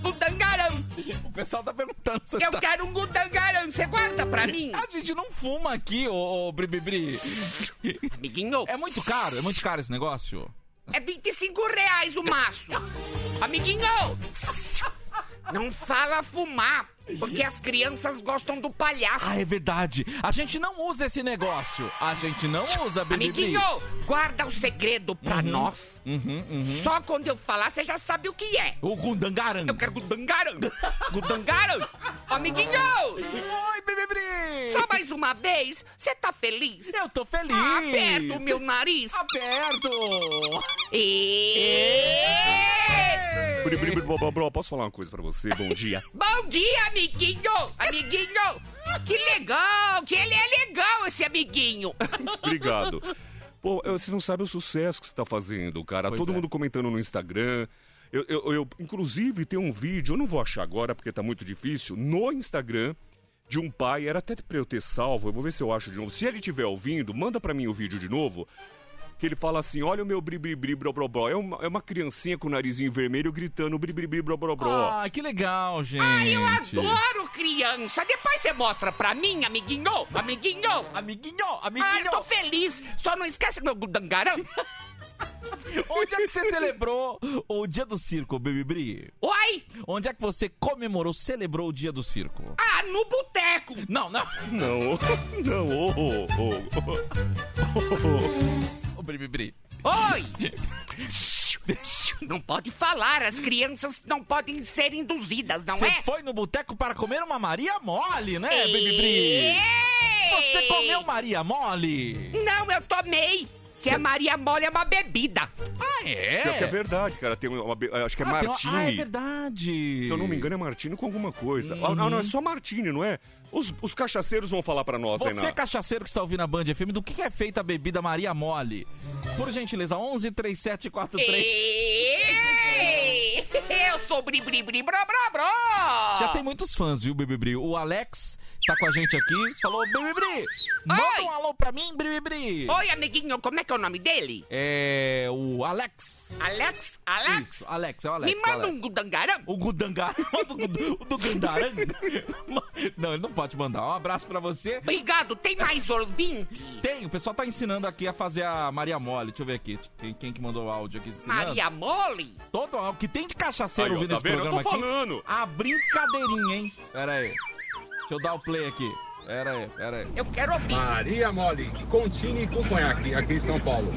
[SPEAKER 3] Gudangaram.
[SPEAKER 1] [LAUGHS] O pessoal tá perguntando se
[SPEAKER 3] Eu
[SPEAKER 1] tá...
[SPEAKER 3] quero um gudangaram. Você guarda pra mim?
[SPEAKER 1] A gente não fuma aqui, ô, ô Bribibri.
[SPEAKER 3] Amiguinho.
[SPEAKER 1] É muito caro, é muito caro esse negócio.
[SPEAKER 3] É 25 reais o maço. Amiguinho! Não fala fumar, porque as crianças gostam do palhaço.
[SPEAKER 1] Ah, é verdade. A gente não usa esse negócio. A gente não usa, Bribibri.
[SPEAKER 3] Amiguinho, guarda o segredo pra nós.
[SPEAKER 1] Uhum, uhum.
[SPEAKER 3] Só quando eu falar, você já sabe o que é.
[SPEAKER 1] O Gundangaran.
[SPEAKER 3] Eu quero
[SPEAKER 1] [LAUGHS]
[SPEAKER 3] Gudangaran. Gudangaran. Ô, Amiguinho,
[SPEAKER 1] Oi, Bribibri.
[SPEAKER 3] só mais um uma vez, você tá feliz?
[SPEAKER 1] Eu tô feliz.
[SPEAKER 3] Ah, aperta o meu nariz.
[SPEAKER 1] Aperto.
[SPEAKER 3] E...
[SPEAKER 5] Bri, bri, bri, bro, bro, bro. Posso falar uma coisa pra você? Bom dia.
[SPEAKER 3] [LAUGHS] Bom dia, amiguinho. Amiguinho, que legal, que ele é legal, esse amiguinho.
[SPEAKER 5] [LAUGHS] Obrigado. Pô, eu- você não sabe o sucesso que você tá fazendo, cara.
[SPEAKER 1] Pois
[SPEAKER 5] Todo
[SPEAKER 1] é.
[SPEAKER 5] mundo comentando no Instagram. Eu, eu- eu- inclusive, tem um vídeo, eu não vou achar agora porque tá muito difícil, no Instagram de um pai, era até pra eu ter salvo, eu vou ver se eu acho de novo. Se ele estiver ouvindo, manda pra mim o vídeo de novo. Que ele fala assim: olha o meu bri-bri-bri, bro-bro-bro. É uma, é uma criancinha com o narizinho vermelho gritando bri-bri-bri, bro-bro-bro.
[SPEAKER 1] Ah, que legal, gente.
[SPEAKER 3] Ai, eu adoro criança. Depois você mostra pra mim, amiguinho, amiguinho.
[SPEAKER 1] Amiguinho, amiguinho.
[SPEAKER 3] Ah, eu tô feliz. Só não esquece meu gudangarão.
[SPEAKER 1] Onde é que você celebrou o dia do circo, Baby Bri?
[SPEAKER 7] Oi?
[SPEAKER 1] Onde é que você comemorou, celebrou o dia do circo?
[SPEAKER 7] Ah, no boteco!
[SPEAKER 1] Não, não!
[SPEAKER 5] [LAUGHS]
[SPEAKER 3] Não, não, oh, oh,
[SPEAKER 1] oh. Ô, Baby Bri.
[SPEAKER 7] Oi! Não pode falar, as crianças não podem ser induzidas, não
[SPEAKER 1] Você
[SPEAKER 7] é?
[SPEAKER 1] foi no boteco para comer uma Maria Mole, né, Baby Bri? Você comeu Maria Mole?
[SPEAKER 7] Não, eu tomei! Que a Maria Mole é uma bebida.
[SPEAKER 1] Ah, é?
[SPEAKER 3] Pior que é verdade, cara. Tem uma, be- acho que é
[SPEAKER 1] Ah, tem uma-
[SPEAKER 3] Martini.
[SPEAKER 1] Ah, é verdade.
[SPEAKER 3] Se eu não me engano, é Martini com alguma coisa. Ah, não,
[SPEAKER 1] Uhum.
[SPEAKER 3] não, é só Martini, não é? Os, os cachaceiros vão falar pra nós,
[SPEAKER 1] Você,
[SPEAKER 3] Renato.
[SPEAKER 7] tá
[SPEAKER 1] cachaceiro que está ouvindo a Band FM, do que é feita a bebida Maria Mole? Por gentileza, 11 3743.
[SPEAKER 7] Ei, Eu sou bri bri bri bro bro bro.
[SPEAKER 1] Já tem muitos fãs, viu, Bibibri? O Alex tá com a gente aqui, falou, Bibibri, manda
[SPEAKER 7] Oi.
[SPEAKER 1] um alô pra mim, Bibibri.
[SPEAKER 7] Oi, amiguinho, como é que é o nome dele?
[SPEAKER 1] É o Alex.
[SPEAKER 7] Alex? Alex?
[SPEAKER 1] Isso, Alex, é o Alex.
[SPEAKER 7] Me manda
[SPEAKER 1] Alex.
[SPEAKER 7] um gudangarão.
[SPEAKER 1] O Gudangaranga. [LAUGHS] O do Gandaranga. Não, ele não pode mandar. Um abraço pra você.
[SPEAKER 7] Obrigado, tem mais ouvinte?
[SPEAKER 1] Tem, o pessoal tá ensinando aqui a fazer a Maria Mole. Deixa eu ver aqui. Quem, quem que mandou o áudio aqui ensinando?
[SPEAKER 7] Maria Mole?
[SPEAKER 1] Todo o que tem de cachaceiro
[SPEAKER 3] Aí, ó,
[SPEAKER 1] ouvindo
[SPEAKER 3] tá
[SPEAKER 1] esse
[SPEAKER 3] vendo? Eu
[SPEAKER 1] programa
[SPEAKER 3] tô
[SPEAKER 1] aqui.
[SPEAKER 3] falando.
[SPEAKER 1] A brincadeirinha, hein? Pera aí. Deixa eu dar o play aqui. Pera aí, pera aí.
[SPEAKER 7] Eu quero ouvir.
[SPEAKER 13] Maria Mole, continue com conhaque aqui em São Paulo.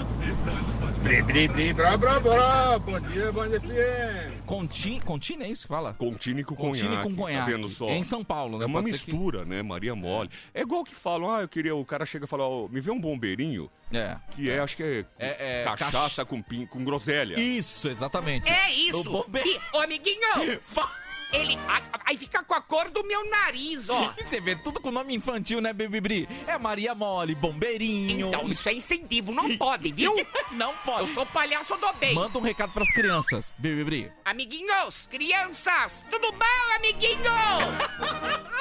[SPEAKER 13] Bri, bri, bri, brá, brá, brá. Bom dia, Band FM.
[SPEAKER 1] Contin, Contine, é isso que fala?
[SPEAKER 3] Contini com
[SPEAKER 1] Contini
[SPEAKER 3] conhaque.
[SPEAKER 1] com conhaque.
[SPEAKER 3] Tá vendo só?
[SPEAKER 1] É em São Paulo, né?
[SPEAKER 3] É uma
[SPEAKER 1] Pode ser que-
[SPEAKER 3] mistura, né? Maria Mole. É igual que falam, ah, eu queria... O cara chega e fala, ó, me vê um bombeirinho,
[SPEAKER 1] É.
[SPEAKER 3] que é, acho que é,
[SPEAKER 1] É, é,
[SPEAKER 3] cachaça
[SPEAKER 1] cacha-
[SPEAKER 3] com, pin, com groselha.
[SPEAKER 1] Isso, exatamente.
[SPEAKER 7] É
[SPEAKER 1] O
[SPEAKER 7] isso.
[SPEAKER 1] bombe-
[SPEAKER 7] E, ô, amiguinho,
[SPEAKER 1] [LAUGHS] Fa-
[SPEAKER 7] ele a- aí fica com a cor do meu nariz, ó.
[SPEAKER 1] E [LAUGHS] você vê tudo com nome infantil, né, Baby Bri? É Maria Mole, Bombeirinho.
[SPEAKER 7] Então, isso é incentivo, não pode, viu?
[SPEAKER 1] [LAUGHS] Não
[SPEAKER 7] Eu
[SPEAKER 1] pode.
[SPEAKER 7] sou palhaço do bem.
[SPEAKER 1] Manda um recado pras crianças, Baby Bri.
[SPEAKER 7] Amiguinhos, crianças, tudo bom,
[SPEAKER 1] [LAUGHS]
[SPEAKER 7] amiguinhos?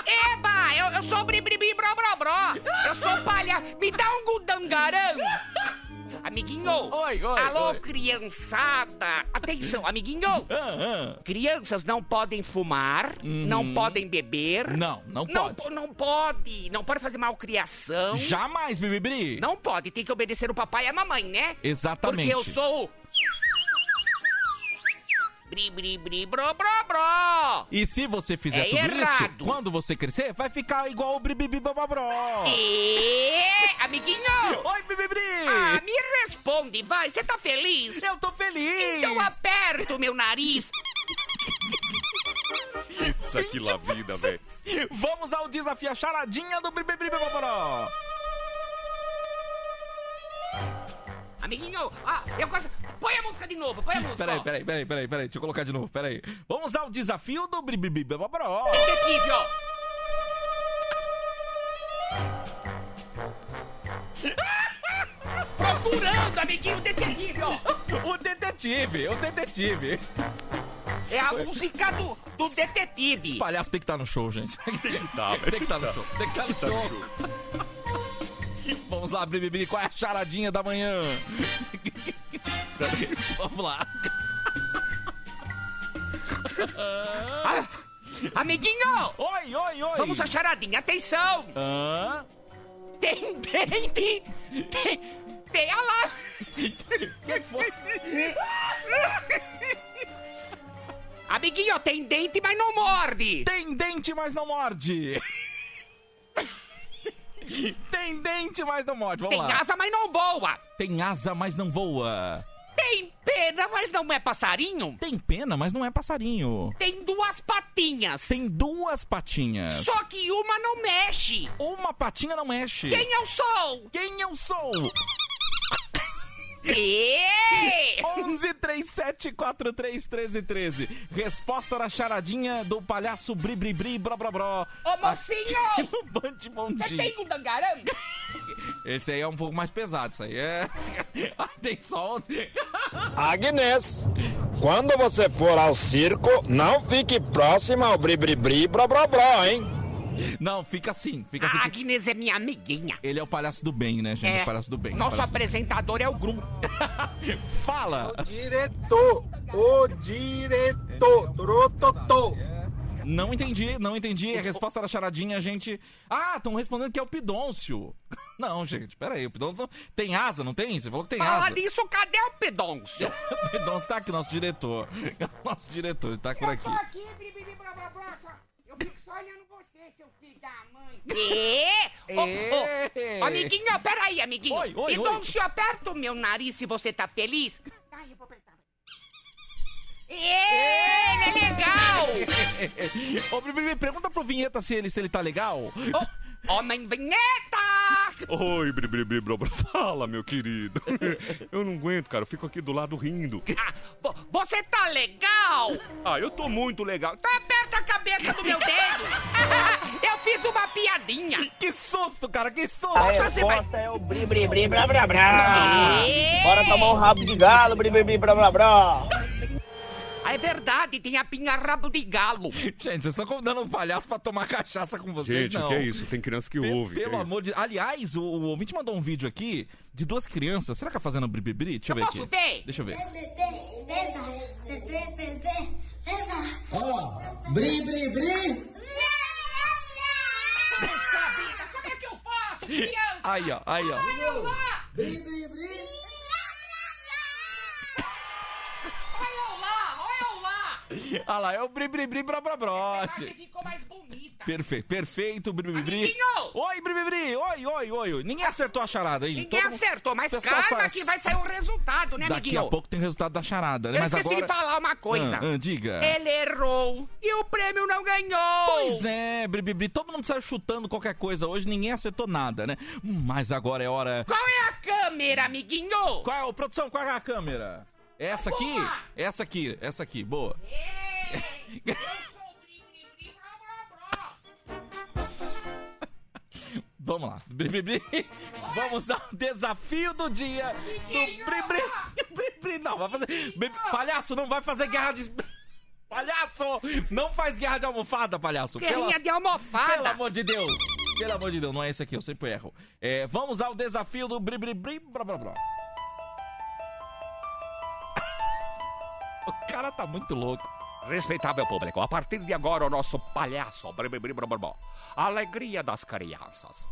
[SPEAKER 7] Eba, eu, eu sou bribribi bro bro bro. Eu sou palha. Me dá um
[SPEAKER 1] [LAUGHS]
[SPEAKER 7] gudangarão. Amiguinho.
[SPEAKER 1] Oi, oi,
[SPEAKER 7] Alô,
[SPEAKER 1] oi.
[SPEAKER 7] criançada. Atenção, amiguinho.
[SPEAKER 1] Ah, ah.
[SPEAKER 7] Crianças não podem fumar, não podem beber.
[SPEAKER 1] Uhum. Não, não
[SPEAKER 7] Não,
[SPEAKER 1] pode.
[SPEAKER 7] po- não pode. Não pode fazer malcriação.
[SPEAKER 1] Jamais, Baby Bri.
[SPEAKER 7] Não pode. Tem que obedecer o papai e a mamãe, né?
[SPEAKER 1] Exatamente.
[SPEAKER 7] Porque eu sou o... Bri, bri, bri, bro, bro, bro.
[SPEAKER 1] E se você fizer
[SPEAKER 7] É
[SPEAKER 1] tudo
[SPEAKER 7] errado.
[SPEAKER 1] isso, quando você crescer, vai ficar igual o Bribibi Bababró.
[SPEAKER 7] E... Amiguinho,
[SPEAKER 1] Oi, Bibibri!
[SPEAKER 7] ah, me responde, vai. Você tá feliz?
[SPEAKER 1] Eu tô feliz!
[SPEAKER 7] Então aperto meu nariz.
[SPEAKER 3] Isso aqui lá vida, velho.
[SPEAKER 1] Vamos ao desafio a charadinha do Bibibri Bababró.
[SPEAKER 7] Amiguinho, ah, eu gosto... Põe a música de novo, põe a música.
[SPEAKER 1] Peraí,
[SPEAKER 7] ó.
[SPEAKER 1] peraí, peraí, peraí, peraí, deixa eu colocar de novo, peraí. Vamos ao desafio do Bribibi Bababró.
[SPEAKER 7] Detetive, ó. Procurando, amiguinho, detetive, ó.
[SPEAKER 1] O detetive, o detetive.
[SPEAKER 7] É a música do, do
[SPEAKER 1] Esse
[SPEAKER 7] detetive.
[SPEAKER 1] palhaço tem que estar no show, gente. Tem que
[SPEAKER 3] tá, velho,
[SPEAKER 1] Tem que estar no show. Tem que estar no show. [LAUGHS] Vamos lá, Bribibi, qual é a charadinha da manhã? Vamos lá.
[SPEAKER 7] [LAUGHS] Amiguinho,
[SPEAKER 1] Oi, oi, oi.
[SPEAKER 7] vamos à charadinha. Atenção.
[SPEAKER 1] Hã?
[SPEAKER 7] Tem dente. Tem, tem a lá.
[SPEAKER 1] Que foi?
[SPEAKER 7] Amiguinho, tem dente, mas não morde.
[SPEAKER 1] Tem dente, mas não morde. Tem dente, mas não morde. Vamos
[SPEAKER 7] Tem
[SPEAKER 1] lá.
[SPEAKER 7] asa, mas não voa.
[SPEAKER 1] Tem asa, mas não voa.
[SPEAKER 7] Tem pena, mas não é passarinho.
[SPEAKER 1] Tem pena, mas não é passarinho.
[SPEAKER 7] Tem duas patinhas.
[SPEAKER 1] Tem duas patinhas.
[SPEAKER 7] Só que uma não mexe.
[SPEAKER 1] Uma patinha não mexe.
[SPEAKER 7] Quem é eu sou?
[SPEAKER 1] Quem eu sou?
[SPEAKER 7] Ê!
[SPEAKER 1] 1137431313. Resposta da charadinha do palhaço Bribribri Bró Bró Bró.
[SPEAKER 7] Ô, mocinho!
[SPEAKER 1] [LAUGHS] No Band Bom
[SPEAKER 7] Você
[SPEAKER 1] Dia.
[SPEAKER 7] tem um dangaranga?
[SPEAKER 1] [LAUGHS] Esse aí é um pouco mais pesado, isso aí é. [LAUGHS] Tem só 11.
[SPEAKER 13] Agnes, quando você for ao circo, não fique próximo ao bri, bri, bri, brá, brá, brá, hein?
[SPEAKER 1] Não, fica assim, fica assim.
[SPEAKER 7] A
[SPEAKER 1] que
[SPEAKER 7] Agnes é minha amiguinha.
[SPEAKER 1] Ele é o palhaço do bem, né,
[SPEAKER 7] É.
[SPEAKER 1] gente? O palhaço do bem.
[SPEAKER 7] Nosso
[SPEAKER 1] o palhaço do bem.
[SPEAKER 7] apresentador é o Gru.
[SPEAKER 1] Fala!
[SPEAKER 13] Diretor, o diretor, trototô.
[SPEAKER 1] Não entendi, não entendi. A resposta era charadinha, a gente. Ah, estão respondendo que é o Pidoncio. [LAUGHS] Não, gente, peraí. O Pidoncio não... tem asa, não tem? Você falou que tem
[SPEAKER 7] Fala
[SPEAKER 1] asa.
[SPEAKER 7] nisso, cadê o Pedoncio?
[SPEAKER 1] O Pidoncio tá aqui, nosso diretor. [LAUGHS] Nosso diretor, ele tá por aqui.
[SPEAKER 14] Eu tô aqui, bribiri, blá, blá, blá, só. Eu fico só olhando você, seu filho da mãe.
[SPEAKER 7] E? Ô, ô, amiguinho, peraí, amiguinho.
[SPEAKER 14] Oi, oi,
[SPEAKER 7] então
[SPEAKER 14] oi.
[SPEAKER 7] se eu aperto o meu nariz se você tá feliz.
[SPEAKER 14] Tá, eu vou apertar.
[SPEAKER 7] E, Ele é legal!
[SPEAKER 1] Ô, Bibi, pergunta pro Vinheta se ele, se ele tá legal.
[SPEAKER 7] Homem vinheta!
[SPEAKER 3] Oi, bribribribro. [LAUGHS] Fala, meu querido. [LAUGHS] Eu não aguento, cara. Eu fico aqui do lado
[SPEAKER 7] [LAUGHS]
[SPEAKER 3] rindo.
[SPEAKER 7] Ah, Vo- Você tá legal?
[SPEAKER 3] Ah, eu tô muito legal.
[SPEAKER 7] Tá aperta a cabeça do meu dedo! eu fiz uma piadinha!
[SPEAKER 1] Que susto, cara, que susto!
[SPEAKER 7] A resposta
[SPEAKER 15] é o bri bri bri brá brá brá. Bora tomar um rabo de galo, bri bri bri brá brá brá.
[SPEAKER 7] Ah, É verdade, tem a pinha rabo de galo.
[SPEAKER 1] Gente, vocês estão convidando um palhaço pra tomar cachaça com vocês,
[SPEAKER 3] Gente,
[SPEAKER 1] não.
[SPEAKER 3] que é isso? Tem criança que
[SPEAKER 1] Pe-
[SPEAKER 3] ouve. que
[SPEAKER 1] Pelo
[SPEAKER 3] é isso?
[SPEAKER 1] amor de Aliás, o, o ouvinte mandou um vídeo aqui de duas crianças. Será que tá fazendo bribibri? Deixa eu, ver
[SPEAKER 7] posso
[SPEAKER 1] aqui.
[SPEAKER 7] ver?
[SPEAKER 1] Deixa eu ver.
[SPEAKER 15] Bri bri bri.
[SPEAKER 7] Como é que eu faço, criança?
[SPEAKER 1] Aí, ó, aí, ó.
[SPEAKER 7] Olha lá!
[SPEAKER 15] Bri bri bri.
[SPEAKER 7] Olha lá! Olha lá!
[SPEAKER 1] [LAUGHS] Olha lá, é o bribibri brá brá brá.
[SPEAKER 7] A imagem ficou mais bonita.
[SPEAKER 1] Perfeito, perfeito, bribibri.
[SPEAKER 7] Amiguinho!
[SPEAKER 1] Oi, bribibri, oi, oi, oi. oi. Ninguém acertou a charada aí.
[SPEAKER 7] Ninguém
[SPEAKER 1] Todo mundo-
[SPEAKER 7] acertou, mas
[SPEAKER 1] Pessoal,
[SPEAKER 7] calma
[SPEAKER 1] essa-
[SPEAKER 7] que vai sair o resultado, né,
[SPEAKER 1] Daqui
[SPEAKER 7] amiguinho?
[SPEAKER 1] a pouco tem o resultado da charada, né?
[SPEAKER 7] Eu
[SPEAKER 1] Mas
[SPEAKER 7] esqueci de
[SPEAKER 1] agora...
[SPEAKER 7] falar uma coisa.
[SPEAKER 1] Ah, ah, diga.
[SPEAKER 7] Ele errou e o prêmio não ganhou.
[SPEAKER 1] Pois é, Bribibi, todo mundo saiu chutando qualquer coisa hoje, ninguém acertou nada, né? Mas agora é hora.
[SPEAKER 7] Qual é a câmera, amiguinho?
[SPEAKER 1] Qual é, ô, produção, qual é a câmera? É Essa aqui?
[SPEAKER 7] Boa!
[SPEAKER 1] Essa aqui, essa aqui, boa.
[SPEAKER 7] Ei,
[SPEAKER 1] [LAUGHS]
[SPEAKER 7] eu sou o Bribri, brá,
[SPEAKER 1] Vamos lá, Bribibi. Vamos ao desafio do dia do Bribri. Bribri, não, vai fazer. Bri- Palhaço, não vai fazer guerra de. [LAUGHS] Palhaço! Não faz guerra de almofada, palhaço!
[SPEAKER 7] brá. Guerrinha
[SPEAKER 1] Pela-
[SPEAKER 7] de almofada.
[SPEAKER 1] Pelo amor de Deus! Pelo amor de Deus, não é esse aqui, eu sempre erro. É, vamos ao desafio do bri bri bri blá blá blá. [LAUGHS] O cara tá muito louco.
[SPEAKER 3] Respeitável público, a partir de agora o nosso palhaço. bribibri, brobobó. Alegria das crianças.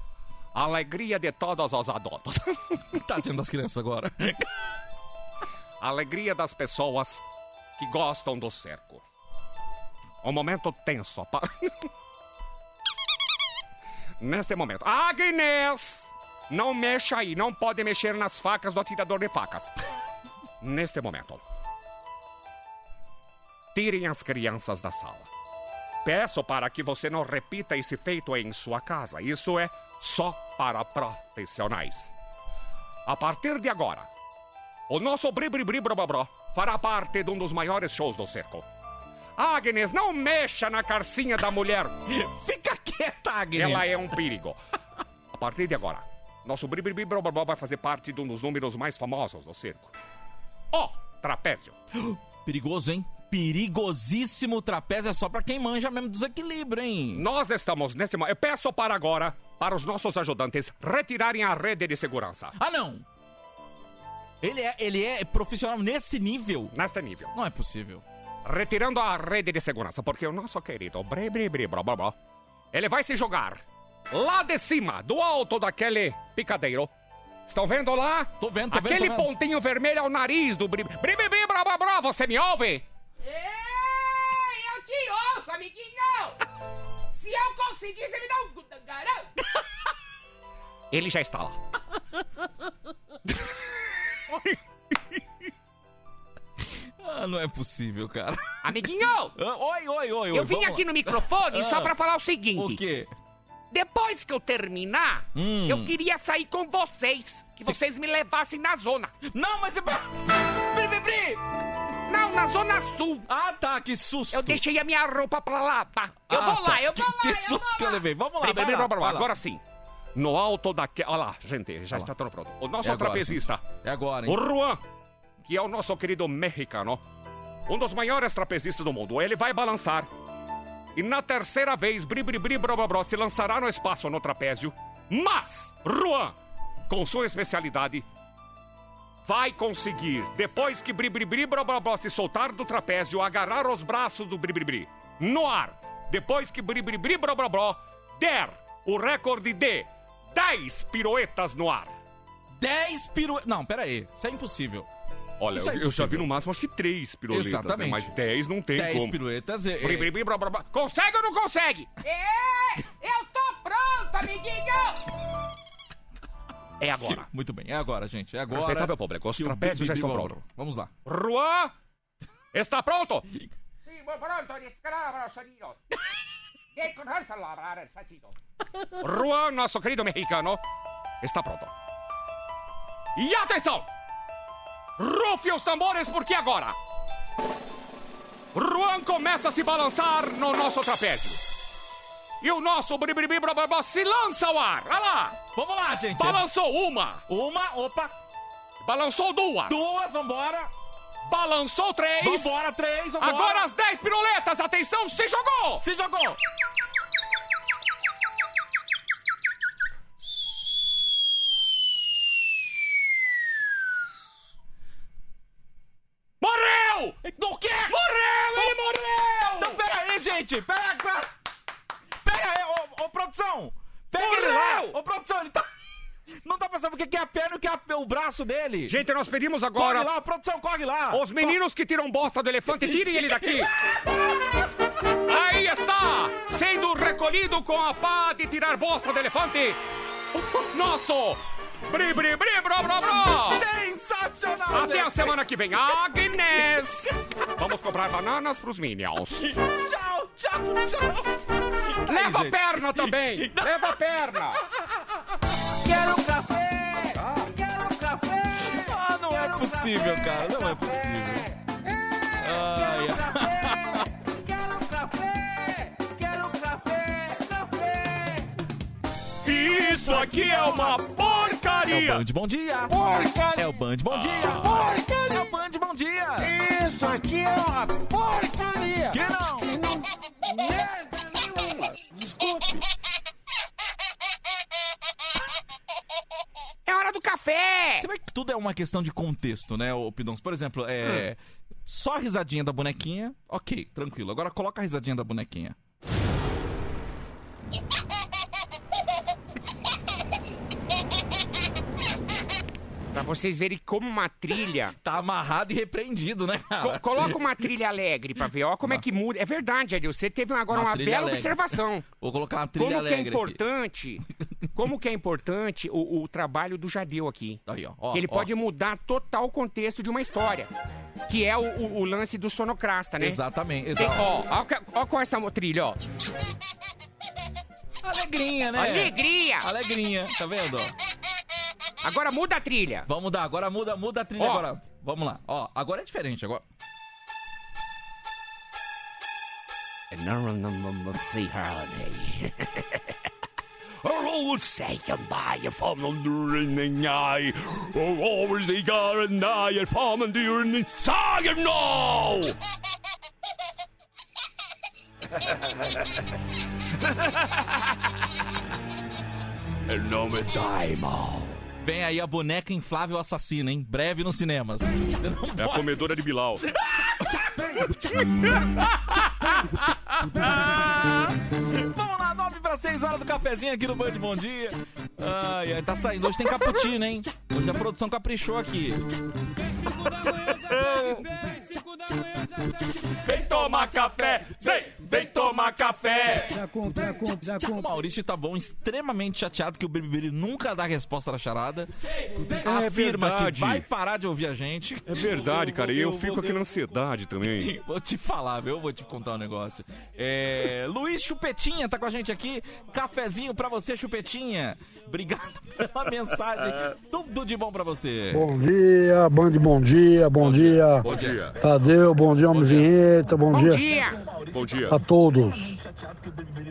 [SPEAKER 3] Alegria de todos os [LAUGHS] adultos.
[SPEAKER 1] Tadinho das tá crianças agora. [LAUGHS]
[SPEAKER 3] Alegria das pessoas que gostam do cerco. Um momento tenso. apa- [LAUGHS] Neste momento. Agnes! Não mexa aí, não pode mexer nas facas do atirador de facas. Neste momento. Tirem as crianças da sala. Peço para que você não repita esse feito em sua casa. Isso é só para profissionais. A partir de agora, o nosso Bribribribrobobró fará parte de um dos maiores shows do cerco. Agnes, não mexa na carcinha da mulher.
[SPEAKER 1] Fica quieta, Agnes.
[SPEAKER 3] Ela é um perigo. A partir de agora, nosso Bribribribrobobró vai fazer parte de um dos números mais famosos do circo. O trapézio. um-
[SPEAKER 1] Perigoso, hein? Perigosíssimo trapézio é só pra quem manja mesmo desequilíbrio, hein?
[SPEAKER 3] Nós estamos nesse momento. Eu peço para agora, para os nossos ajudantes, retirarem a rede de segurança.
[SPEAKER 1] Ah, não! Ele é, ele é profissional nesse nível?
[SPEAKER 3] Neste nível.
[SPEAKER 1] Não é possível.
[SPEAKER 3] Retirando a rede de segurança, porque o nosso querido Bribribribrobobró, ele vai se jogar lá de cima, do alto daquele picadeiro. Estão vendo lá?
[SPEAKER 1] Tô vendo, tô vendo,
[SPEAKER 3] Aquele
[SPEAKER 1] tô vendo.
[SPEAKER 3] pontinho vermelho ao nariz do Bribribribrobobró, você me ouve?
[SPEAKER 7] Ei, eu te ouço, amiguinho. Se eu conseguir, você me dá um... Garanto.
[SPEAKER 3] Ele já está lá.
[SPEAKER 1] Ah, não é possível, cara.
[SPEAKER 7] Amiguinho,
[SPEAKER 1] [LAUGHS] Ah, Oi, oi, oi, oi.
[SPEAKER 7] eu vim
[SPEAKER 1] vamos
[SPEAKER 7] aqui
[SPEAKER 1] lá.
[SPEAKER 7] no microfone só
[SPEAKER 1] Ah.
[SPEAKER 7] pra falar o seguinte.
[SPEAKER 1] O quê?
[SPEAKER 7] Depois que eu terminar,
[SPEAKER 1] Hum.
[SPEAKER 7] eu queria sair com vocês. Que
[SPEAKER 1] Se-
[SPEAKER 7] vocês me levassem na zona.
[SPEAKER 1] Não, mas é. pra- Bri, bri, bri!
[SPEAKER 7] Não, na zona sul.
[SPEAKER 1] Ah, tá, que susto!
[SPEAKER 7] Eu deixei a minha roupa pra lá, tá? Eu
[SPEAKER 1] Ah,
[SPEAKER 7] vou lá,
[SPEAKER 1] tá.
[SPEAKER 7] eu
[SPEAKER 1] que,
[SPEAKER 7] vou lá,
[SPEAKER 1] Que
[SPEAKER 7] eu
[SPEAKER 1] susto
[SPEAKER 7] vou
[SPEAKER 1] que eu
[SPEAKER 7] lá.
[SPEAKER 1] levei. Vamos lá,
[SPEAKER 3] Bem,
[SPEAKER 1] vai
[SPEAKER 3] bem, bem,
[SPEAKER 1] lá,
[SPEAKER 3] blá, blá,
[SPEAKER 1] vai lá.
[SPEAKER 3] Agora sim. No alto daquele. Olha lá, gente, já
[SPEAKER 1] Olha
[SPEAKER 3] está
[SPEAKER 1] lá.
[SPEAKER 3] tudo pronto. O nosso
[SPEAKER 1] É agora,
[SPEAKER 3] trapezista,
[SPEAKER 1] É agora, hein?
[SPEAKER 3] o Juan, que é o nosso querido mexicano, um dos maiores trapezistas do mundo, ele vai balançar. E na terceira vez, Bribribri Brobobró se lançará no espaço no trapézio. Mas, Juan, com sua especialidade, vai conseguir, depois que Bribribri Brobobró se soltar do trapézio, agarrar os braços do Bribribri no ar depois que Bribribri Brobró der o recorde de 10 piruetas no ar.
[SPEAKER 1] 10 piruetas. Não, pera aí. Isso é impossível.
[SPEAKER 3] Olha,
[SPEAKER 1] Isso é
[SPEAKER 3] eu, eu já
[SPEAKER 1] impossível.
[SPEAKER 3] vi no máximo acho que 3 piruetas.
[SPEAKER 1] Exatamente.
[SPEAKER 3] Mas 10 não tem
[SPEAKER 1] 10
[SPEAKER 3] como.
[SPEAKER 1] piruetas. É, é-
[SPEAKER 3] Bribribri Brobró. Consegue ou
[SPEAKER 14] [LAUGHS]
[SPEAKER 3] não consegue?
[SPEAKER 14] Ei, É, eu tô pronto, amiguinho!
[SPEAKER 3] É agora.
[SPEAKER 1] Muito bem, é agora, gente. É agora.
[SPEAKER 3] Respeitável público, os
[SPEAKER 1] que o
[SPEAKER 3] trapézios já
[SPEAKER 1] Bibi
[SPEAKER 3] estão
[SPEAKER 1] Bobró.
[SPEAKER 3] prontos.
[SPEAKER 1] Vamos lá.
[SPEAKER 3] Juan, está pronto?
[SPEAKER 14] Sim, muy pronto, descravo, sonido. De conocer la rara, el sonido.
[SPEAKER 3] Juan, nosso querido mexicano, está pronto. E atenção! Rufe os tambores, porque agora... Juan começa a se balançar no nosso trapézio. E o nosso bribribribrababá se lança ao ar. Olha lá!
[SPEAKER 1] Vamos lá, gente.
[SPEAKER 3] Balançou uma.
[SPEAKER 1] Uma, opa.
[SPEAKER 3] Balançou duas.
[SPEAKER 1] Duas, vambora.
[SPEAKER 3] Balançou três.
[SPEAKER 1] Vambora, três, vambora.
[SPEAKER 3] Agora as dez piruletas. Atenção, se jogou.
[SPEAKER 1] Se jogou.
[SPEAKER 3] Morreu!
[SPEAKER 1] Do quê?
[SPEAKER 3] Morreu! Ele morreu!
[SPEAKER 1] Então, pera aí, gente. Pera aí. Pera, pera aí, ô, ô, produção. Pega ele
[SPEAKER 3] Morreu!
[SPEAKER 1] lá. Ô, produção, ele tá... Não tá passando o que que é a perna e o que é a- o braço dele.
[SPEAKER 3] Gente, nós pedimos
[SPEAKER 1] corre
[SPEAKER 3] agora...
[SPEAKER 1] lá, produção, corre lá.
[SPEAKER 3] Os meninos que tiram bosta do elefante, tirem
[SPEAKER 1] [LAUGHS]
[SPEAKER 3] ele daqui! Aí está! Sendo recolhido com a pá de tirar bosta do elefante! o Nosso! Bri, bri, bri, bro, bro, bro!
[SPEAKER 1] Sensacional,
[SPEAKER 3] Até a
[SPEAKER 1] gente.
[SPEAKER 3] semana que vem, Agnes! Vamos comprar bananas pros Minions!
[SPEAKER 1] Tchau, tchau, tchau.
[SPEAKER 3] Leva a
[SPEAKER 1] gente.
[SPEAKER 3] perna também! Leva a perna!
[SPEAKER 14] Quero um café! Quero um café! um
[SPEAKER 1] Ah, não é possível, cara. Não é possível.
[SPEAKER 3] É,
[SPEAKER 1] Ah.
[SPEAKER 14] um
[SPEAKER 1] Ai, ai.
[SPEAKER 7] um
[SPEAKER 14] Quero café! Quero café! Café!
[SPEAKER 3] Isso aqui é uma
[SPEAKER 1] É o
[SPEAKER 3] porcaria!
[SPEAKER 1] Band Bom Dia.
[SPEAKER 14] Porcaria!
[SPEAKER 1] É o Band Bom Dia. É
[SPEAKER 14] Ah. Porcaria!
[SPEAKER 1] o Band Bom Dia.
[SPEAKER 14] Isso aqui é uma
[SPEAKER 1] [LAUGHS]
[SPEAKER 14] porcaria!
[SPEAKER 1] Que não?
[SPEAKER 14] Merda nenhuma! Desculpe!
[SPEAKER 7] É hora do café!
[SPEAKER 1] Você vê que tudo é uma questão de contexto, né, ô Pidons? Por exemplo, é.
[SPEAKER 14] Hum.
[SPEAKER 1] Só a risadinha da bonequinha, ok, tranquilo. Agora coloca a risadinha da bonequinha.
[SPEAKER 7] Pra vocês verem como uma trilha.
[SPEAKER 1] Tá amarrado e repreendido, né, cara?
[SPEAKER 7] Co- coloca uma trilha alegre pra ver, ó, como é que muda. É verdade, Adil, você teve agora
[SPEAKER 1] Uma
[SPEAKER 7] uma,
[SPEAKER 1] trilha
[SPEAKER 7] bela
[SPEAKER 1] alegre.
[SPEAKER 7] observação.
[SPEAKER 1] [LAUGHS] Vou colocar uma trilha
[SPEAKER 7] Como que é
[SPEAKER 1] alegre. aqui. [LAUGHS]
[SPEAKER 7] importante, como que é importante o, o trabalho do Jadeu aqui.
[SPEAKER 1] Aí, ó, ó,
[SPEAKER 7] que ele
[SPEAKER 1] ó.
[SPEAKER 7] pode mudar total o contexto de uma história. Que é o, o- o lance do sonocrasta, né?
[SPEAKER 1] Exatamente,
[SPEAKER 7] Tem-
[SPEAKER 1] exato.
[SPEAKER 7] ó, ó, ca- ó com essa mo- trilha, ó.
[SPEAKER 1] Alegrinha, né?
[SPEAKER 7] Alegria!
[SPEAKER 1] Alegrinha, tá vendo? ó?
[SPEAKER 7] Agora muda a trilha.
[SPEAKER 1] Vamos mudar, agora muda, muda a trilha
[SPEAKER 7] Ó.
[SPEAKER 1] agora. Vamos lá. Ó, agora é diferente, agora.
[SPEAKER 7] [LAUGHS]
[SPEAKER 1] Vem aí a boneca inflável assassina, hein? Breve nos cinemas. Você não
[SPEAKER 3] É a comedora de Bilal.
[SPEAKER 1] Vamos lá, 9 para 6 horas do cafezinho aqui no Band Bom Dia. Ai, ai, tá saindo. Hoje tem cappuccino, hein? Hoje a produção caprichou aqui. Vem tomar café, vem, vem tomar café. O Maurício tá bom, extremamente chateado que o Biribiri nunca dá resposta na charada. Afirma que
[SPEAKER 3] verdade.
[SPEAKER 1] vai parar de ouvir a gente.
[SPEAKER 3] É verdade, cara, e eu fico aqui na ansiedade também.
[SPEAKER 1] [LAUGHS] Vou te falar, viu? Eu Vou te contar um negócio. É, Luiz Chupetinha tá com a gente aqui. Cafezinho pra você, Chupetinha. Obrigado [LAUGHS] pela mensagem. Tudo de bom pra você.
[SPEAKER 16] Bom dia, Band Bom Dia, bom, dia.
[SPEAKER 1] Bom dia.
[SPEAKER 16] Tadeu, bom dia, Homem Vinheta, bom,
[SPEAKER 7] Bom
[SPEAKER 16] dia,
[SPEAKER 7] dia!
[SPEAKER 3] Bom dia.
[SPEAKER 16] a todos.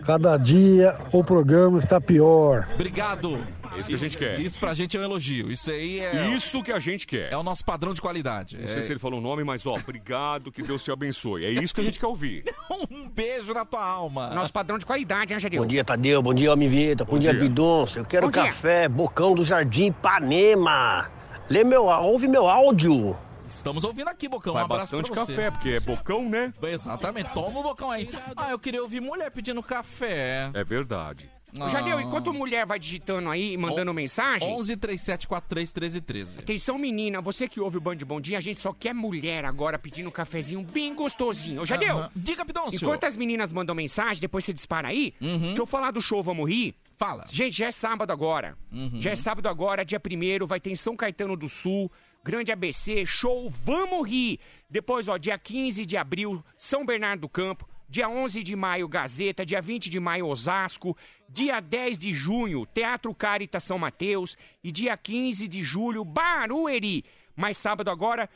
[SPEAKER 16] Cada dia o programa está pior.
[SPEAKER 1] Obrigado.
[SPEAKER 3] É isso que a gente quer.
[SPEAKER 1] Isso pra gente é um elogio. Isso aí é,
[SPEAKER 3] Isso que a gente quer.
[SPEAKER 1] é o nosso padrão de qualidade. É.
[SPEAKER 3] Não
[SPEAKER 1] [LAUGHS]
[SPEAKER 3] sei se ele falou o nome, mas ó, obrigado, que Deus te abençoe. É isso que a gente quer ouvir.
[SPEAKER 1] Um beijo na tua alma.
[SPEAKER 7] Nosso padrão de qualidade, hein, Jadeu?
[SPEAKER 17] Bom dia, Tadeu. Bom dia, Homem Vinheta. Bom, dia,
[SPEAKER 3] dia.
[SPEAKER 17] Bidonça. Eu quero
[SPEAKER 7] Bom dia.
[SPEAKER 17] café, bocão do Jardim Ipanema. Lê meu, á- ouve meu áudio.
[SPEAKER 1] Estamos ouvindo aqui, Bocão.
[SPEAKER 16] Faz
[SPEAKER 1] um abraço
[SPEAKER 16] bastante
[SPEAKER 1] pra você.
[SPEAKER 16] café, porque é Bocão, né?
[SPEAKER 1] Exatamente. Toma o Bocão aí. Ah, eu queria ouvir mulher pedindo café.
[SPEAKER 16] É verdade.
[SPEAKER 1] Ah.
[SPEAKER 3] Janel, enquanto mulher vai digitando aí e mandando mensagem.
[SPEAKER 1] 11 3743 1313.
[SPEAKER 3] Atenção, menina, você que ouve o Band Bom Dia, a gente só quer mulher agora pedindo um cafezinho bem gostosinho. Já deu?
[SPEAKER 1] Aham. Diga, Pidoncio.
[SPEAKER 3] Enquanto as meninas mandam mensagem, depois você dispara aí, deixa eu falar do show Vamos Rir.
[SPEAKER 1] Fala.
[SPEAKER 3] Gente, já é sábado agora. Já é sábado agora, dia 1 vai ter em São Caetano do Sul, Grande ABC, show Vamos Rir. Depois, ó, dia 15 de abril, São Bernardo do Campo. Dia 11 de maio, Gazeta. Dia 20 de maio, Osasco. Dia 10 de junho, Teatro Carita São Mateus. E dia 15 de julho, Barueri. Mas sábado agora,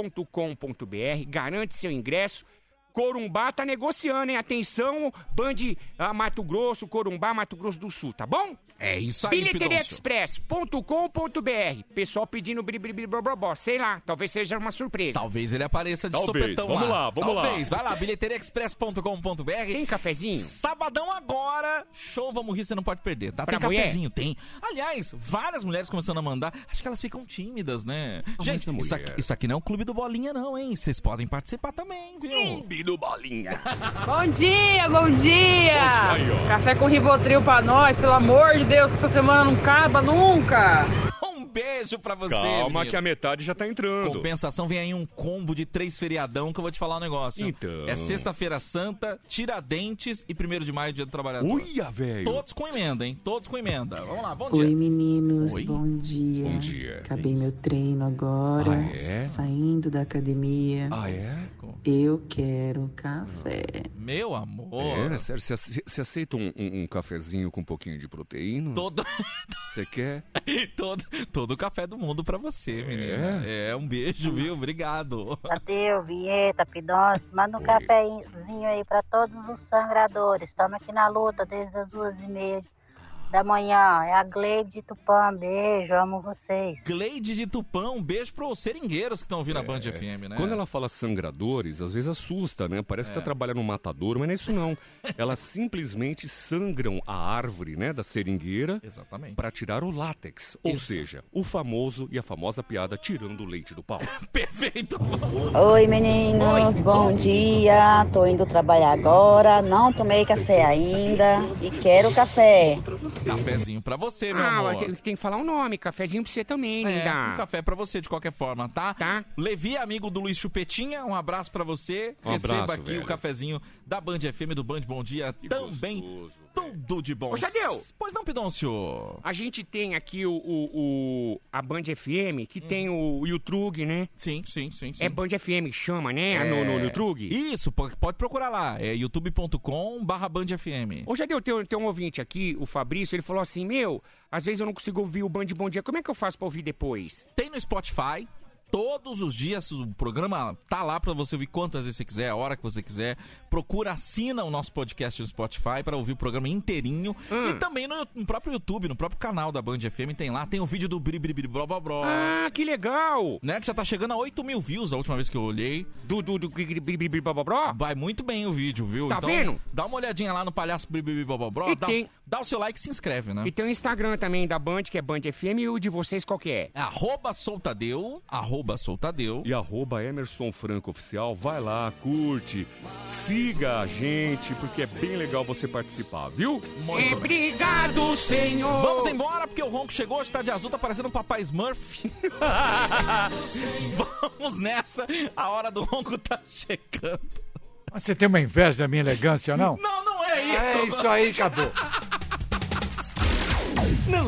[SPEAKER 3] bilheteriaexpress.com.br. Garante seu ingresso. Corumbá tá negociando, hein? Atenção, Band ah, Mato Grosso, Corumbá, Mato Grosso do Sul, tá bom?
[SPEAKER 1] É isso aí, Pidoncio.
[SPEAKER 3] Bilheteriaexpress.com.br. Pessoal pedindo bribribrobobó, sei lá, talvez seja uma surpresa.
[SPEAKER 1] Talvez ele apareça de
[SPEAKER 3] Talvez.
[SPEAKER 1] sopetão
[SPEAKER 3] Vamos
[SPEAKER 1] lá.
[SPEAKER 3] lá, vamos lá.
[SPEAKER 1] Talvez. Vai lá, bilheteriaexpress.com.br. Tem
[SPEAKER 3] cafezinho?
[SPEAKER 1] Sabadão agora. Show, vamos rir, você não pode perder, tá?
[SPEAKER 3] Pra
[SPEAKER 1] tem
[SPEAKER 3] mulher?
[SPEAKER 1] cafezinho, tem. Aliás, várias mulheres começando a mandar. Acho que elas ficam tímidas, né?
[SPEAKER 16] Ah,
[SPEAKER 1] Gente, isso aqui, isso aqui não é um clube do Bolinha, não, hein? Vocês podem participar também, viu? Clube
[SPEAKER 16] do Bolinha.
[SPEAKER 18] Bom dia, bom dia! Café com Rivotril pra nós, pelo amor de Deus, que essa semana não acaba nunca!
[SPEAKER 1] [LAUGHS] Um beijo pra você,
[SPEAKER 16] Calma
[SPEAKER 1] menino.
[SPEAKER 16] que a metade já tá entrando.
[SPEAKER 1] Compensação vem aí um combo de três feriadão que eu vou te falar um negócio.
[SPEAKER 16] Então.
[SPEAKER 1] É sexta-feira santa, Tiradentes e primeiro de maio, dia do trabalhador.
[SPEAKER 16] Uia, velho.
[SPEAKER 1] Todos com emenda, hein? Todos com emenda. Vamos lá, bom
[SPEAKER 19] Oi,
[SPEAKER 1] dia.
[SPEAKER 19] meninos.
[SPEAKER 1] Oi.
[SPEAKER 19] Bom dia.
[SPEAKER 1] Bom dia.
[SPEAKER 19] Acabei meu treino agora,
[SPEAKER 1] Ah, é?
[SPEAKER 19] saindo da academia.
[SPEAKER 16] Ah, é?
[SPEAKER 19] Eu quero um café.
[SPEAKER 1] Meu amor.
[SPEAKER 16] É, sério, você ace- você aceita um, um- um cafezinho com um pouquinho de proteína?
[SPEAKER 1] Todo.
[SPEAKER 16] Você quer?
[SPEAKER 1] [LAUGHS] todo, todo o café do mundo pra você, menina. É, um beijo, viu? Obrigado.
[SPEAKER 6] Tadeu, Vieta, Pidonce, manda um cafezinho aí pra todos os sangradores. Estamos aqui na luta desde as duas e meia da manhã. É a Gleide de Tupã, beijo, amo vocês.
[SPEAKER 1] Gleide de Tupã, um beijo pros seringueiros que estão ouvindo a Band FM, né?
[SPEAKER 16] Quando ela fala sangradores, às vezes assusta, né? Parece que tá
[SPEAKER 1] É.
[SPEAKER 16] trabalhando um matador, mas não é isso não. Elas simplesmente sangram a árvore, né, da seringueira
[SPEAKER 1] Exatamente.
[SPEAKER 16] para tirar o látex, ou
[SPEAKER 1] [LAUGHS] Exa-
[SPEAKER 16] seja, o famoso e a famosa piada tirando o leite do pau.
[SPEAKER 20] Oi meninos, bom dia. Tô indo trabalhar agora, não tomei café ainda e quero café.
[SPEAKER 1] Cafezinho pra você, meu
[SPEAKER 3] Ah,
[SPEAKER 1] amor.
[SPEAKER 3] mas tem, tem que falar o nome, cafezinho pra você também,
[SPEAKER 1] É, um
[SPEAKER 3] linda.
[SPEAKER 1] café pra você, de qualquer forma, tá? Tá. Levi, amigo do Luiz Chupetinha, um abraço pra você.
[SPEAKER 16] Um
[SPEAKER 1] Receba
[SPEAKER 16] abraço,
[SPEAKER 1] aqui o
[SPEAKER 16] velho.
[SPEAKER 1] cafezinho da Band FM, do Band Bom Dia, também. tudo de bom.
[SPEAKER 3] Ô, Jadeu!
[SPEAKER 1] Pois não, Pidoncio?
[SPEAKER 3] A gente tem aqui o, o- o- a Band FM, que tem
[SPEAKER 16] Uhum.
[SPEAKER 3] o YouTube, né?
[SPEAKER 1] Sim, sim, sim, sim. É.
[SPEAKER 3] É Band FM que chama, né?
[SPEAKER 16] É.
[SPEAKER 3] No, no YouTube.
[SPEAKER 1] Isso, po- pode procurar lá. É youtube.com barra bandfm.
[SPEAKER 3] Hoje deu, tem, tem um ouvinte aqui, o Fabrício, ele falou assim: Meu, às vezes eu não consigo ouvir o Band Bom Dia, como é que eu faço pra ouvir depois?
[SPEAKER 1] Tem no Spotify. Todos os dias o programa tá lá pra você ouvir quantas vezes você quiser, a hora que você quiser. Procura, assina o nosso podcast no Spotify pra ouvir o programa inteirinho.
[SPEAKER 3] Hum.
[SPEAKER 1] E também no, no próprio YouTube, no próprio canal da Band FM, tem lá. Tem o vídeo do Bri Bri Bri Bro Bro Bro.
[SPEAKER 3] Ah, que legal!
[SPEAKER 1] Né, que já tá chegando a 8 mil views a última vez que eu olhei.
[SPEAKER 3] Do, do, do Bri Bri Bri Bro Bro?
[SPEAKER 1] Vai muito bem o vídeo, viu? Então,
[SPEAKER 3] Tá vendo?
[SPEAKER 1] Dá uma olhadinha lá no Palhaço Bri Bri Bri Bro Bro Bro.
[SPEAKER 3] E
[SPEAKER 1] Dá,
[SPEAKER 3] tem-
[SPEAKER 1] dá o seu like e se inscreve, né?
[SPEAKER 3] E tem o Instagram também da Band, que é Band FM, e o de vocês qual que é?
[SPEAKER 1] Arroba Soltadeu, arroba Soltadeu.
[SPEAKER 16] E arroba Emerson Franco Oficial, vai lá, curte, siga a gente, porque é bem legal você participar, viu?
[SPEAKER 3] É, obrigado, Senhor!
[SPEAKER 1] Vamos embora, porque o Ronco chegou, hoje tá de azul, tá parecendo um papai Smurf. Vamos nessa, a hora do Ronco tá chegando.
[SPEAKER 2] Mas Você tem uma inveja da minha elegância, não?
[SPEAKER 1] Não, não é isso.
[SPEAKER 2] É isso aí, acabou.
[SPEAKER 1] Não